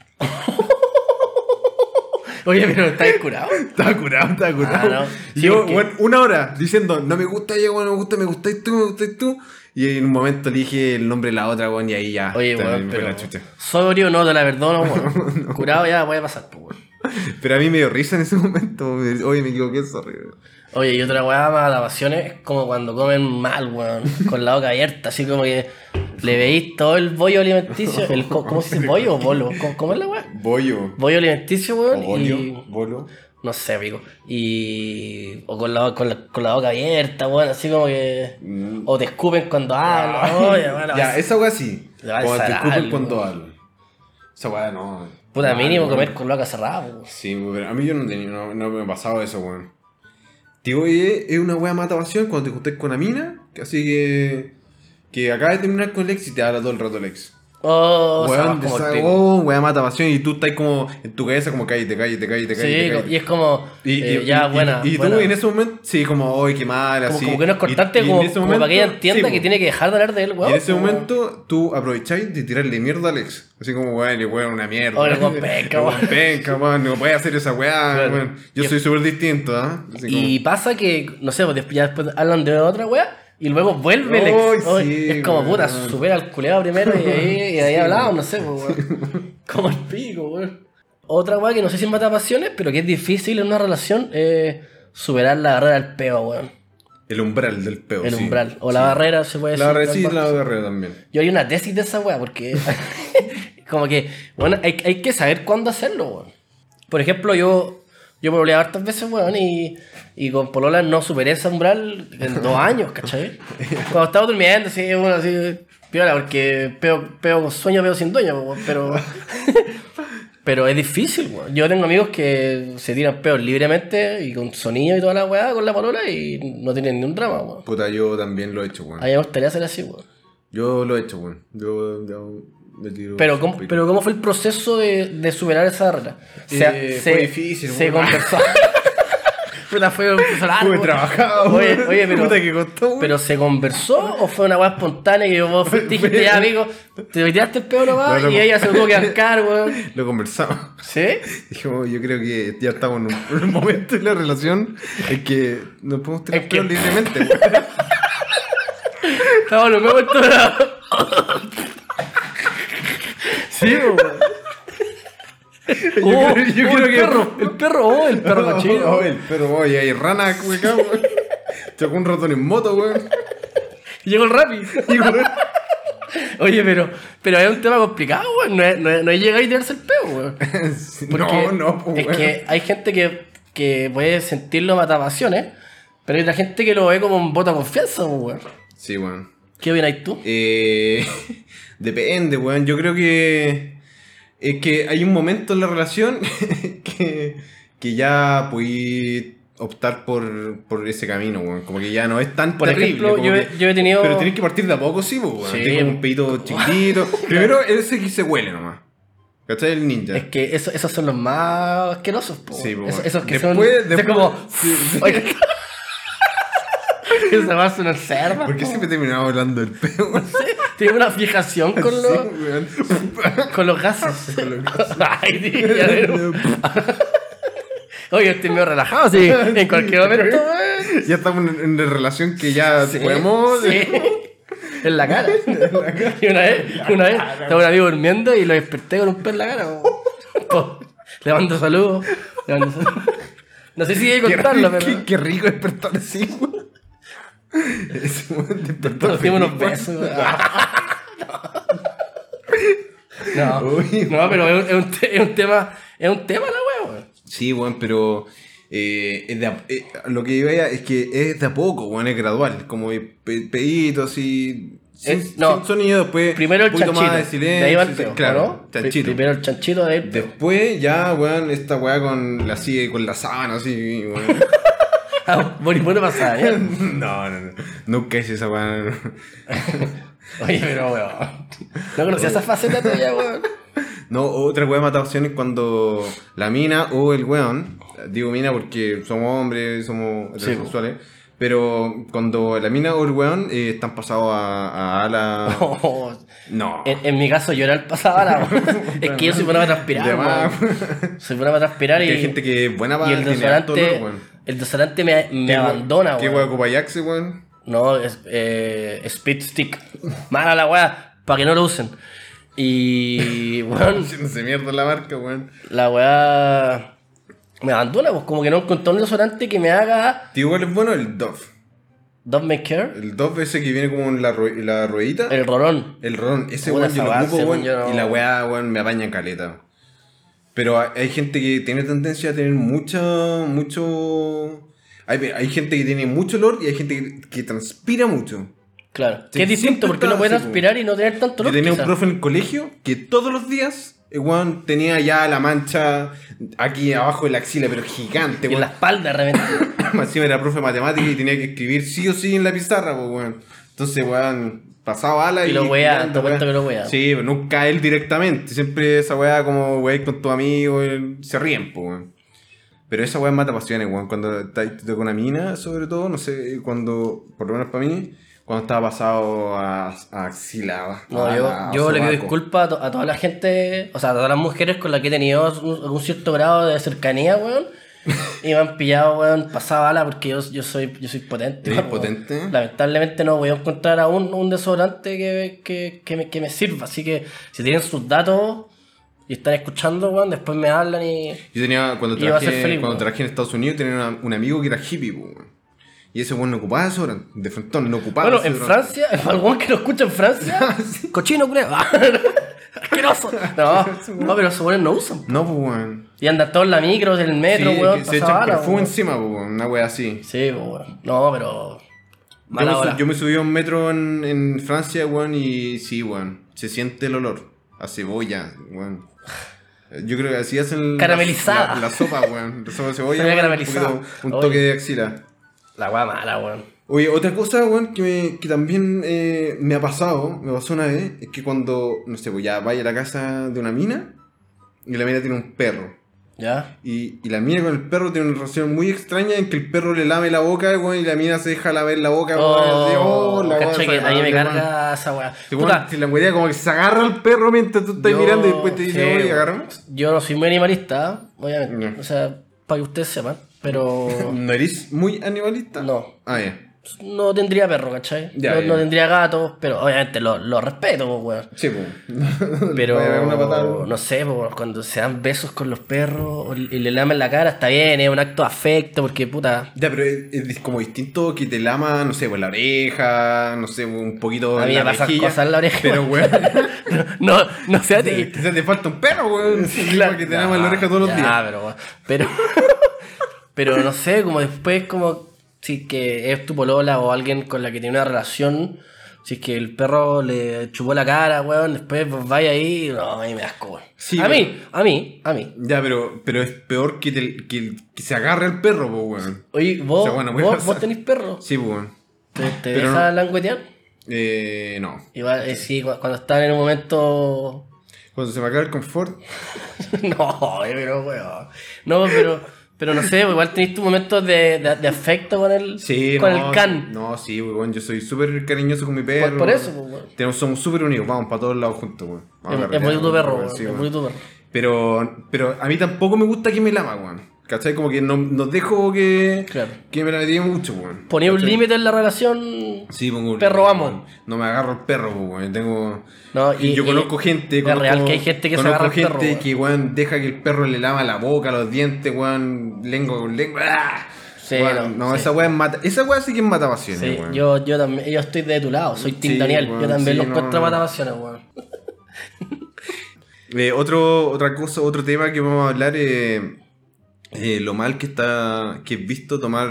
B: Oye, pero está curado.
A: Estaba curado, estaba curado.
B: Ah, no.
A: Y
B: Sí,
A: yo,
B: porque-
A: weón, una hora diciendo, no me gusta ella, weón, no me gusta, me gustáis tú, me gustáis tú. Y en un momento le dije el nombre de la otra, weón, y ahí ya.
B: Oye,
A: también
B: weón,
A: me fue
B: pero.
A: la chucha.
B: Sobrio no te la perdono, weón. Curado ya puede pasar, pues, weón.
A: Pero a mí me dio risa en ese momento. me- Oye, me equivoqué, sorry, weón.
B: Oye, y otra weá más de pasiones es como cuando comen mal, weón, con la boca abierta, así como que le veis todo el bollo alimenticio, el, co- ¿cómo se dice? ¿Bollo o bolo? ¿Cómo, cómo es la weá?
A: Bollo.
B: Bollo alimenticio, weón,
A: O bolio,
B: y,
A: bolo.
B: No sé, amigo. Y. O con la, con la, con la boca abierta, bueno, así como que.
A: Mm. Ah,
B: O te escupen cuando hablan. oye, Ah, bueno,
A: ya, esa weá sí.
B: Le va a
A: Cuando te
B: alzar
A: escupen
B: algo.
A: cuando hablan. Esa weá no.
B: Puta,
A: no,
B: mínimo
A: no,
B: comer
A: no.
B: con la boca cerrada, po.
A: Sí, pero a mí yo no, tenía, no, no me ha pasado eso, weón. Digo, oye, es una weá mata pasión cuando te juntes con una mina. que Así que. Que acaba de terminar con el ex y te habla todo el rato el ex.
B: Oh, o sea,
A: Weón,
B: más
A: te
B: como el
A: saca-
B: pico.
A: oh, weá mata pasión y tú estás como en tu cabeza como cállate, cállate, cállate,
B: Sí,
A: cállate.
B: co-
A: cállate.
B: y es como. eh, ya,
A: y-
B: buena.
A: Y, tú
B: buena.
A: en ese momento, sí, como, hoy qué mal,
B: como,
A: así.
B: como que no es
A: Y-
B: cortante,
A: y en
B: como,
A: ese
B: como
A: momento,
B: para que ella entienda
A: sí,
B: que
A: po.
B: tiene que dejar de hablar de él,
A: Y
B: weón.
A: en ese
B: como-
A: momento tú aprovecháis de tirarle mierda al ex. Así como, weón, el weón es una mierda.
B: Oye, el weón penca,
A: El
B: weón.
A: penca, weón, no puede hacer esa weá,
B: Claro.
A: weón. Yo
B: Y-
A: soy súper distinto, ¿ah? Así
B: Y pasa que, no sé, pues después- ya después hablan de otra wea y luego vuelve el
A: Ay,
B: ex. Ay,
A: sí,
B: es como, puta,
A: weón.
B: supera al culeado primero y ahí, y de ahí
A: Sí,
B: hablamos, no sé, pues, weón. Como el pico, weón. Otra wea que no sé si mata pasiones, pero que es difícil en una relación, eh, superar la barrera del peo, weón.
A: como, el umbral del peo.
B: El
A: sí.
B: umbral. O la
A: Sí.
B: barrera, se puede
A: La
B: decir.
A: barrera, sí,
B: tal cual.
A: la barrera también.
B: Yo haría una tesis de esa weá, porque. como que. Bueno, hay, hay que saber cuándo hacerlo, weón. Por ejemplo, yo. Yo me hartas veces, weón, y. Y con Polola no superé ese umbral en dos años, ¿cachai? Cuando estaba durmiendo, así, bueno, así. Piola, porque peo, peo con sueño, peo sin dueño, weón, pero. Pero es difícil, weón. Yo tengo amigos que se tiran peos libremente y con sonido y toda la weá con la polola y no tienen ni un drama, weón.
A: Puta, yo también lo he hecho, weón.
B: A mí me gustaría hacer así, weón.
A: Yo lo he hecho, weón. Yo, yo me tiro.
B: Pero ¿cómo,
A: un pico.
B: pero ¿cómo fue el proceso de, de superar esa barrera? O sea,
A: Eh, fue difícil,
B: Se
A: weón.
B: conversó. Puta, fue un proceso largo.
A: Tuve trabajado,
B: Oye,
A: weón.
B: oye, pero.
A: Puta que costó, weón.
B: ¿Pero se conversó o fue una weá espontánea que vos dijiste ya, amigo? Te tiraste el pedo nomás
A: No, no,
B: y
A: no.
B: ella se tuvo que arcar, weón.
A: Lo conversamos.
B: ¿Sí?
A: Dijimos, yo creo que ya estamos en un, en un momento de la relación en que nos podemos tirar
B: Es que-
A: peos libremente, weón.
B: Estamos los mismos entonados. Sí, weón.
A: Yo
B: Oh,
A: creo- yo
B: oh,
A: creo
B: el
A: que-
B: perro, el perro, oh, el perro cochino.
A: Oh, el perro, oye, hay rana, weón. weón. Chocó un ratón en moto, weón.
B: Llegó el Rappi. Oye, pero, pero es un tema complicado, weón. No es, no es, no es llegar y tirarse el peo, weón. Porque
A: No, no, pues,
B: Es
A: weón.
B: que hay gente que, que puede sentirlo matapasiones, pero hay otra gente que lo ve como un voto de confianza, pues, weón.
A: Sí, weón.
B: ¿Qué opináis tú?
A: Eh, depende, weón. Yo creo que. Es que hay un momento en la relación que, que ya pude optar por, por ese camino, weón. Como que ya no es tan
B: Por
A: terrible.
B: ejemplo,
A: como
B: yo,
A: que-
B: he- yo he tenido.
A: Pero tienes que partir de a poco, sí, pues, weón.
B: Sí.
A: Tengo un pedito chiquitito. Primero, ese que se huele nomás. ¿Cachai? El ninja.
B: Es que eso- esos son los más asquerosos, po.
A: Sí, po.
B: Esos, esos que
A: Después-
B: son.
A: después-
B: son como.
A: sí, sí.
B: Oiga. Esa va a sonar cerda.
A: ¿Por qué siempre terminaba hablando del peo?
B: Tiene una fijación con los,
A: Sí, weón.
B: con los gases.
A: Con los
B: Ay, sí, ya veo. Oye, estoy medio relajado, sí. En cualquier momento.
A: ¿eh?
B: weón.
A: ya estamos en, en una relación que ya podemos. ¿eh?
B: Sí. En la cara. Y una vez, una vez, estaba un amigo durmiendo y lo desperté con un pez en la cara. po. Po. Le mando saludos. le mando saludos. No sé si hay que
A: Qué,
B: contarlo,
A: rico-
B: pero.
A: qué- qué rico despertar así, weón. Ese weón despertó
B: Nos dimos unos
A: feliz,
B: besos.
A: weón.
B: No,
A: Uy.
B: no pero es un, es un te- es un tema. Es un tema la wea, weón.
A: Sí, weón, pero eh, es de a- eh, lo que yo veía es que es de a poco, weón, es gradual. Como pe- pedito, así. Sin,
B: Es- no.
A: sin sonido, después.
B: Primero el
A: un poquito
B: chanchito.
A: más de silencio.
B: de ahí va el
A: sí,
B: peo,
A: claro,
B: ¿no?
A: chanchito.
B: Pri- Primero el chanchito de ahí. el peo.
A: Después ya, weón, esta weá con la sigue con la sábana así, weón.
B: Ah, bueno, bueno pasada, ¿eh?
A: no, no, no. Nunca hice esa weá. no, no.
B: Oye, pero weón. No conocía esa faceta todavía, weón.
A: No, otra weá mata opciones cuando la mina o el weón, digo mina porque somos hombres, somos
B: Sí,
A: heterosexuales, pero cuando la mina o el weón eh, están pasados a, a la... No.
B: En, en mi caso, yo era el pasado. es que yo soy bueno
A: De
B: para transpirar.
A: más.
B: weón. Soy bueno para transpirar y,
A: Porque hay gente que es buena para
B: y el
A: tiene harto
B: desodorante.
A: olor, weón.
B: El desodorante me, me
A: ¿Qué weón-
B: abandona,
A: ¿Qué weón
B: weón.
A: ocupa Yaxe, weón?
B: No, es eh, Speed Stick. Mala la weá, para que no lo usen. Y, weón,
A: Se mierda la marca, weón.
B: la weá me abandona, pues como que no encontré un desodorante que me haga
A: Tío, ¿cuál es bueno? El Dove.
B: Don't Make Care,
A: El Dove ese que viene como en la, rue- la ruedita.
B: el rolón.
A: El ron, ese
B: Puta,
A: weón yo
B: esa
A: lo
B: weá,
A: ocupo,
B: según
A: weón.
B: yo no-
A: Y la weá, weón, me apaña en caleta. Pero hay, hay gente que tiene tendencia a tener mucha, mucho... Hay, hay gente que tiene mucho olor y hay gente que, que transpira mucho.
B: Claro.
A: Sí,
B: que es
A: siempre
B: distinto porque uno
A: está
B: puede
A: así, como-
B: aspirar y no tener tanto
A: Yo
B: olor.
A: tenía un
B: quizá.
A: profe en el colegio que todos los días, el weón, tenía ya la mancha aquí abajo de la axila, pero gigante,
B: Y en
A: weón.
B: la espalda realmente.
A: Más encima era profe de matemáticas y tenía que escribir sí o sí en la pizarra, pues, weón. Entonces, weón, pasaba ala y.
B: Y lo wea,
A: tirando,
B: te
A: weón.
B: cuento que lo wea.
A: Sí, pero nunca él directamente. Siempre esa weá como weá con tu amigo, él- se ríen, pues, weón. Pero esa weá mata pasiones, weón. Cuando está- te toca una mina, sobre todo, no sé, cuando, por lo menos para mí, cuando estaba pasado a, a axila.
B: No,
A: a-
B: yo,
A: a- a
B: yo le pido
A: Ah, sobaco.
B: disculpas a, to- a toda la gente, o sea, a todas las mujeres con las que he tenido un, algún cierto grado de cercanía, weón. Y me han pillado, weón, pasada bala porque yo, yo soy yo soy potente.
A: ¿Eres
B: weón.
A: potente?
B: Lamentablemente no voy a encontrar aún un desodorante que, que, que me, que me sirva. Así que si tienen sus datos y están escuchando, weón, después me hablan y...
A: Yo tenía, cuando
B: Iba a ser
A: trabajé,
B: feliz,
A: cuando
B: weón.
A: trabajé en Estados Unidos, tenía una- un amigo que era hippie, po, weón. Y ese weón no ocupaba desodorante, de frontón, no ocupaba
B: Bueno, en
A: desodorante.
B: Francia, algún que lo escucha en Francia, cochino, creo. Asqueroso. No, no, pero los weones no usan.
A: No, pues, weón.
B: Y andan todos en la micro, en el metro,
A: Sí,
B: weón.
A: que se
B: pasaba
A: echan
B: bala,
A: perfume
B: weón.
A: encima, po, weón, una wea así.
B: Sí, pues, weón. No, pero.
A: Yo me,
B: Mala
A: su-
B: hora.
A: yo me subí a un metro en, en Francia, weón, y sí, weón. Se siente el olor a cebolla, weón. Yo creo que así hacen la-
B: Caramelizada.
A: La, la sopa, weón. La sopa de cebolla.
B: Cebolla
A: weón, un
B: caramelizada.
A: poquito- Un,
B: Oye.
A: toque de axila.
B: La weá mala, weón.
A: Oye, otra cosa, weón, que, me- que también eh, me ha pasado, me pasó una vez, es que cuando, no sé, pues ya vaya a la casa de una mina y la mina tiene un perro.
B: ¿Ya?
A: Y, y la mina con el perro tiene una relación muy extraña en que el perro le lame la boca, weón, y la mina se deja lamer la boca, weón. así,
B: Oh,
A: oh, la
B: cacho que
A: weón,
B: a mí me
A: weón.
B: carga esa weá.
A: Sí, weón,
B: Puta,
A: si la weá como que se agarra al perro mientras tú estás
B: yo-
A: mirando y después te dice,
B: sí,
A: oye, Mm.
B: weón.
A: agarra.
B: Yo no soy muy animalista, ¿eh? obviamente.
A: Ya.
B: O sea, para que ustedes sepan, pero.
A: ¿No eres muy animalista?
B: No.
A: Ah, ya.
B: No tendría perro, ¿cachai?
A: Ya,
B: no,
A: ya.
B: no tendría gatos, pero obviamente lo, lo respeto, pues, weón.
A: Sí, pues. Le
B: Pero
A: voy a dar una patada, weón.
B: no sé, po, cuando se dan besos con los perros o- y le lamen la cara, está bien, es un acto de afecto, porque puta,
A: Ya, pero es, es dis- como distinto que te lama, no sé, pues la oreja, no sé, un poquito
B: a mí
A: en la
B: me pasan
A: mejilla.
B: cosas en la oreja.
A: Pero, weón,
B: no, no sea ti.
A: quizás te falta un perro, weón.
B: Claro.
A: que te lama la oreja todos los
B: Ya,
A: días.
B: pero, pero, pero no sé, como después, como si es que es tu polola o alguien con la que tiene una relación, si es que el perro le chupó la cara, weón, después vos vais ahí, no, a mí me da asco, weón.
A: Sí,
B: a mí, a mí, a mí.
A: Ya, pero, pero es peor que, te- que, que se agarre el perro, po, weón.
B: Oye, vos,
A: O sea, bueno, voy a
B: vos,
A: pasar.
B: vos tenés perros,
A: Sí, po, weón.
B: te, te
A: Pero
B: dejas languetear.
A: Eh, no.
B: Igual, eh, sí, cu- cuando están en un momento.
A: Cuando se me acaba el confort,
B: no, eh, pero weón. No, pero, pero no sé, pues, igual tenés tus momentos de, de- de afecto con el,
A: sí,
B: con
A: no,
B: el can.
A: No, sí, weón, yo soy súper cariñoso con mi perro.
B: por, por eso, pues, weón.
A: Tenemos, somos súper unidos, vamos para todos lados juntos, weón. Vamos a
B: Es, es
A: carretear,
B: bonito tu perro,
A: weón,
B: weón,
A: sí,
B: es
A: weón.
B: bonito tu perro.
A: Pero, pero a mí tampoco me gusta que me lama, weón. ¿Cachai? Como que no, no dejo que,
B: Claro.
A: que me la metí mucho, weón.
B: Poner un
A: ¿Cachai?
B: límite en la relación.
A: Sí, pongo un
B: Perro
A: límite,
B: amo.
A: weón. No me agarro el perro, po, weón. Tengo...
B: No,
A: y,
B: y-
A: yo
B: y-
A: conozco gente...
B: es
A: Conozco,
B: real que hay gente que se
A: conozco
B: agarra al
A: gente
B: perro, weón.
A: que, weón, deja que el perro le lama la boca, los dientes, weón. Lengua con lengua. ¡ah!
B: Sí,
A: Weón,
B: no,
A: no,
B: sí.
A: esa weón mata... Esa weón sí que mata pasiones,
B: Sí,
A: weón.
B: yo, yo también, yo estoy de tu lado, soy Tim
A: Sí,
B: Daniel.
A: weón,
B: yo también
A: sí,
B: lo
A: no,
B: encuentro
A: no.
B: para pasiones, weón.
A: Eh, otro, otra cosa, otro tema que vamos a hablar eh, eh, lo mal que está... Que he visto tomar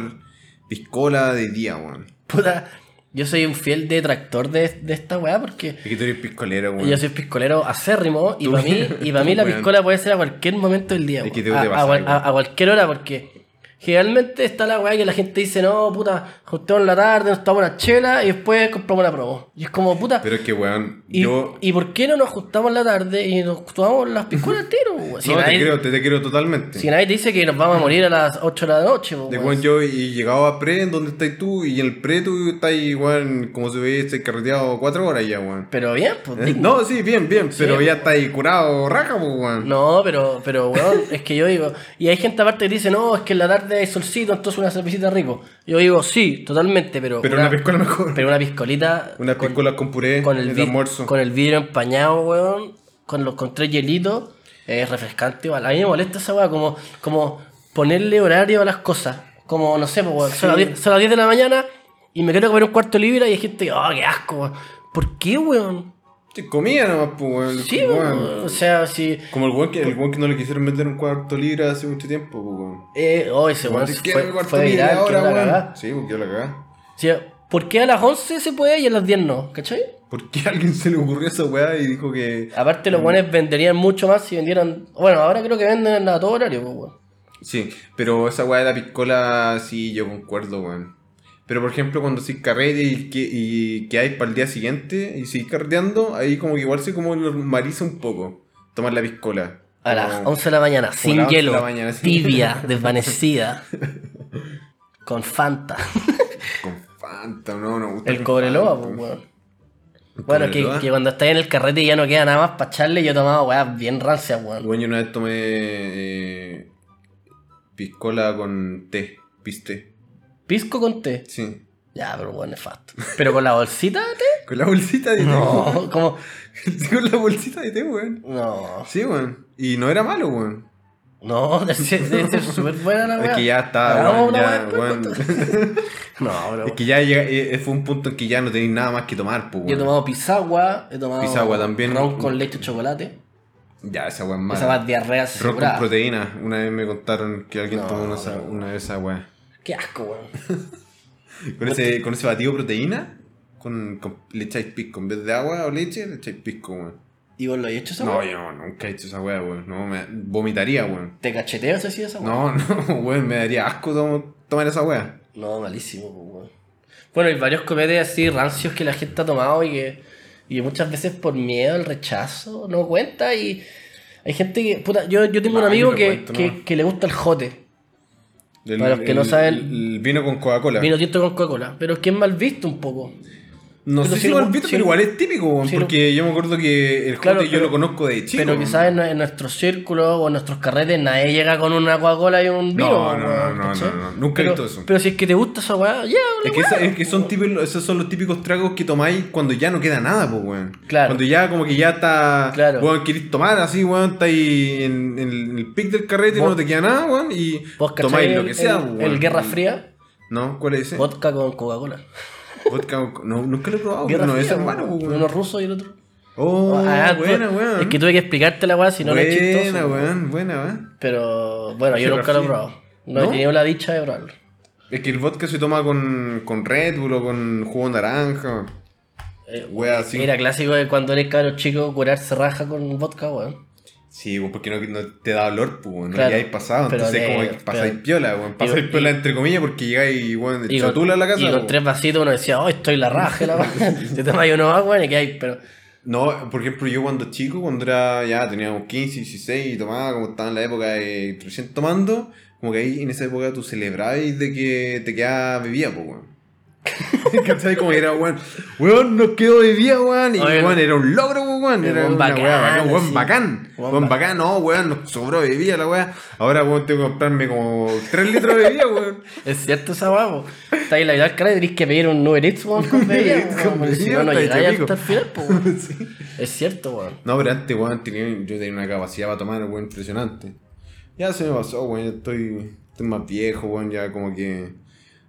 A: piscola de día, weón.
B: Puta, yo soy un fiel detractor de, de esta weá porque
A: Es que tú eres piscolero, weón.
B: yo soy piscolero acérrimo y
A: Tú-
B: para mí, y para mí la
A: Weón.
B: piscola puede ser a cualquier momento del día.
A: Es que
B: weón.
A: te- te
B: a,
A: pasa,
B: a-
A: weón.
B: a- a cualquier hora porque generalmente está la weá que la gente dice, no, puta, juntemos en la tarde, nos tomamos una chela y después compramos una promo. Y es como, puta,
A: Pero es que, weón,
B: ¿Y,
A: yo...
B: ¿Y por qué no nos ajustamos la tarde y nos tomamos las piscolas al tiro? weón? Si,
A: no, te
B: nadie,
A: creo, te, te creo totalmente.
B: si nadie te dice que nos vamos a morir a las 8 de la noche, po,
A: De
B: weón.
A: weón, yo y llegaba a pre, en donde estás tú, y en el pre tú estás igual como si hubiese carreteado cuatro horas ya, weón. ¿Eh?
B: pero bien, pues digno.
A: No, sí, bien, bien, pero
B: Sí.
A: ya estás curado, raja, pues, weón.
B: No, pero, pero weón, es que yo digo, y hay gente aparte que dice, no, es que en la tarde hay solcito, entonces una cervecita rico. Yo digo, sí, totalmente, pero,
A: pero una piscola mejor.
B: pero una piscolita
A: una
B: con,
A: piscola con puré,
B: con el
A: el
B: vid-
A: almuerzo.
B: con el vidrio empañado, weón, con los con tres hielitos, es refrescante igual. A mí me molesta esa weá, como, como ponerle horario a las cosas. Como, no sé, pues, weón, son, las 10, son las "Ah, 10 de la mañana y me quiero comer un cuarto de libra y hay gente que, oh, qué asco, weón. ¿Por qué, weón?
A: Sí, comía nomás, pues, weón.
B: Sí,
A: Como,
B: weón,
A: weón.
B: o sea, sí.
A: Como el weón que, el weón que no le quisieron meter un cuarto libra hace mucho tiempo, pues, weón.
B: Eh, oh, ese
A: Como,
B: weón
A: "Te quiero el
B: fue,
A: cuarto
B: fue
A: libre
B: viral, quedó la cagá.
A: Sí, porque yo la cagá.
B: O sea, ¿por qué a las 11 se puede y a las 10 no? ¿Cachai?
A: ¿Por qué a alguien se le ocurrió esa weá y dijo que.
B: Aparte, los buenos venderían mucho más si vendieran. Bueno, ahora creo que venden a todo horario, pues, weón.
A: Sí, pero esa weá de la piscola, sí, yo concuerdo, weón. Pero por ejemplo, cuando se carrete y que, y que hay para el día siguiente y seguís carreteando, ahí como que igual se como normaliza un poco tomar la piscola.
B: A las
A: Mm. Como-
B: 11 de la mañana,
A: las
B: sin
A: 11 de
B: hielo,
A: la mañana, sí.
B: tibia, desvanecida, con Fanta.
A: Con Fanta, no, no me gusta.
B: El
A: con
B: Cobreloa,
A: Fanta.
B: pues, weón.
A: El
B: Bueno, que,
A: Cobreloa.
B: que cuando estáis en el carrete y ya no queda nada más para echarle, yo tomaba weas bien rancias, weón.
A: Bueno, yo una vez tomé eh, piscola con té, piste.
B: Pisco con té.
A: Sí.
B: Ya, pero weón, nefasto. Pero con la bolsita de té.
A: Con la bolsita de té.
B: No, como.
A: Sí, con la bolsita de té, weón.
B: No,
A: Sí, weón. Y no era malo, weón.
B: no, debe ser debe ser súper buena la wea.
A: Es que ya está, weón.
B: Hagamos Ah, una wea
A: ya,
B: después,
A: weón.
B: pues. No, bro.
A: Es que ya llega- eh, eh, fue un punto en que ya no tenéis nada más que tomar, pues,
B: Yo he
A: weón.
B: tomado pisagua, he tomado
A: Pisagua también.
B: ron con leche y chocolate.
A: Ya, esa weón
B: Esa va
A: mala.
B: diarrea
A: Ron
B: segura.
A: con proteína. Una vez me contaron que alguien
B: No,
A: tomó una, esa- una de esas weón.
B: Qué asco, weón.
A: Con ese, con ese batido de proteína, con, con- le echáis pisco. En vez de agua o leche, le echáis pisco, weón.
B: ¿Y vos lo habéis hecho esa
A: No,
B: wea?
A: yo no, nunca he hecho esa weá, weón. No, me vomitaría, weón.
B: ¿Te cacheteas así esa wea?
A: No, no, weón, me daría asco tom- tomar esa weá.
B: No, malísimo, pues, weón. Bueno, hay varios cometes así rancios que la gente ha tomado y que, y que muchas veces por miedo al rechazo no cuenta y hay gente que... Puta, yo, yo tengo
A: No,
B: un amigo
A: yo no
B: que,
A: cuento,
B: que-
A: no.
B: que le gusta el jote.
A: El-
B: Para los que no
A: el-
B: saben-
A: el vino con Coca-Cola.
B: Vino tinto con Coca-Cola. Pero es que es mal visto un poco.
A: No
B: Pero
A: sé
B: sí
A: si
B: lo-
A: lo has visto,
B: sí
A: pero
B: lo-
A: igual es típico, weón,
B: sí lo-
A: porque yo me acuerdo que el jote
B: Claro,
A: yo
B: pero-
A: lo conozco de chico.
B: pero
A: weón.
B: quizás en, en nuestro círculo o en nuestros carretes nadie llega con una Coca-Cola y un vino.
A: No, no,
B: weón,
A: no, no,
B: ¿cachai?
A: no, no, nunca he
B: Pero-
A: visto eso.
B: Pero si es que te gusta esa weá, ya,
A: Es
B: una
A: que,
B: weá.
A: esa- es que son típicos- esos son los típicos tragos que tomáis cuando ya no queda nada, pues, weón.
B: Claro.
A: Cuando ya como que ya está...
B: Claro.
A: Weón, queréis tomar así, weón, estáis en, en el pic del carrete y
B: Vos-
A: no te queda nada, weón, y
B: ¿Vos cachai
A: tomáis lo
B: el-
A: que sea,
B: el-
A: pues,
B: el,
A: weón.
B: Guerra Fría,
A: ¿No? ¿Cuál es ese?
B: vodka con Coca-Cola.
A: Vodka con- No, nunca lo he probado,
B: Guerra
A: pero no,
B: Fría,
A: Ah, ese es malo, pues,
B: Uno
A: weón.
B: ruso y el otro.
A: Oh,
B: Ah, tú-
A: buena, weón.
B: Es que tuve que explicarte la weá, si no no es
A: Buena,
B: chistoso.
A: weón, buena, weón.
B: Pero bueno, yo
A: Guerra
B: nunca lo he
A: Fría.
B: probado. No, he
A: ¿No?
B: tenido la dicha de probarlo.
A: Es que el vodka se toma con, con Red Bull o con jugo de naranja.
B: Eh,
A: Wea, así.
B: Era clásico de cuando eres caro chico curarse raja con vodka, weón.
A: Sí, pues, porque no, no te da olor, pues, bueno,
B: Claro.
A: ya hay pasado,
B: Pero
A: entonces
B: de-
A: como que pasáis
B: pero-
A: piola, weón. Pasáis
B: y-
A: piola entre comillas porque llegáis, weón, de chatula a la casa.
B: y con
A: po.
B: tres vasitos uno decía, oh, estoy la raja, la raja. Te tomas uno más, weón, y que hay, pero.
A: No, por ejemplo, yo cuando chico, cuando era ya teníamos 15, 16 y tomaba, como estaba en la época de recién tomando, como que ahí en esa época tú celebrabas de que te quedaba bebida, pues, weón. ¿Cachai? Como era, weón, weón, nos quedó bebida, weón. Y,
B: Oye,
A: weón, era un logro, pues, weón. Era
B: weón
A: una
B: bacán,
A: weá bacán, weón,
B: sí.
A: bacán.
B: Weón
A: Weón,
B: bacán.
A: bacán, no, weón, nos sobró bebida la weá. Ahora, weón, tengo que comprarme como 3 litros de bebida, weón.
B: Es cierto esa weá, po. Está ahí en la vida al cara y tenés que pedir un Uber Eats, weón, con bebida,
A: Uber Eats
B: weón,
A: con
B: porque Si
A: bebida,
B: no, no
A: está hecho
B: llegáis
A: pico.
B: hasta el final, po, weón. Es cierto, weón.
A: No, pero antes, weón, tenía, yo tenía una capacidad para tomar, weón, impresionante. Ya se me pasó, weón, ya estoy, estoy más viejo, weón, ya como que,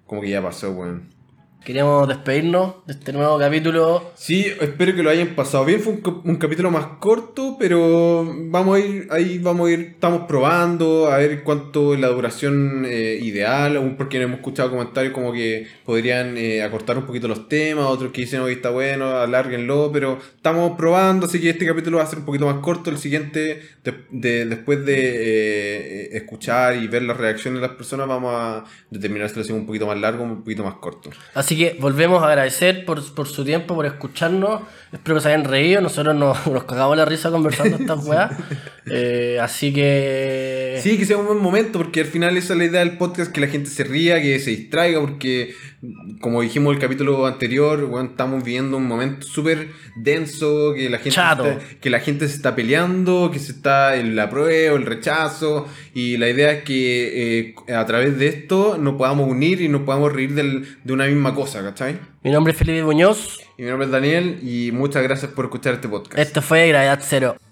A: como que ya pasó, weón.
B: Queríamos despedirnos de este nuevo capítulo.
A: Sí, espero que lo hayan pasado bien, fue un, cap- un capítulo más corto, pero vamos a ir, ahí vamos a ir, estamos probando, a ver cuánto es la duración eh, ideal, aún porque hemos escuchado comentarios como que podrían eh, acortar un poquito los temas, otros que dicen, hoy está bueno, alárguenlo, pero estamos probando, así que este capítulo va a ser un poquito más corto, el siguiente, de- de- después de eh, eh, escuchar y ver las reacciones de las personas, vamos a determinar si lo hacemos un poquito más largo o un poquito más corto.
B: Así que volvemos a agradecer por, por su tiempo, por escucharnos. Espero que se hayan reído. Nosotros nos, nos cagamos la risa conversando estas weas. Eh, así que.
A: Sí, que sea un buen momento, porque al final esa es la idea del podcast, que la gente se ría, que se distraiga, porque como dijimos en el capítulo anterior, weón, estamos viviendo un momento súper denso, que la gente
B: Chato.
A: se está- que la gente se está peleando, que se está el apruebo, el rechazo, y la idea es que eh, a través de esto nos podamos unir y nos podamos reír del- de una misma cosa, ¿cachai?
B: Mi nombre es Felipe Muñoz.
A: Y mi nombre es Daniel y muchas gracias por escuchar este podcast.
B: Esto fue Gravedad Cero.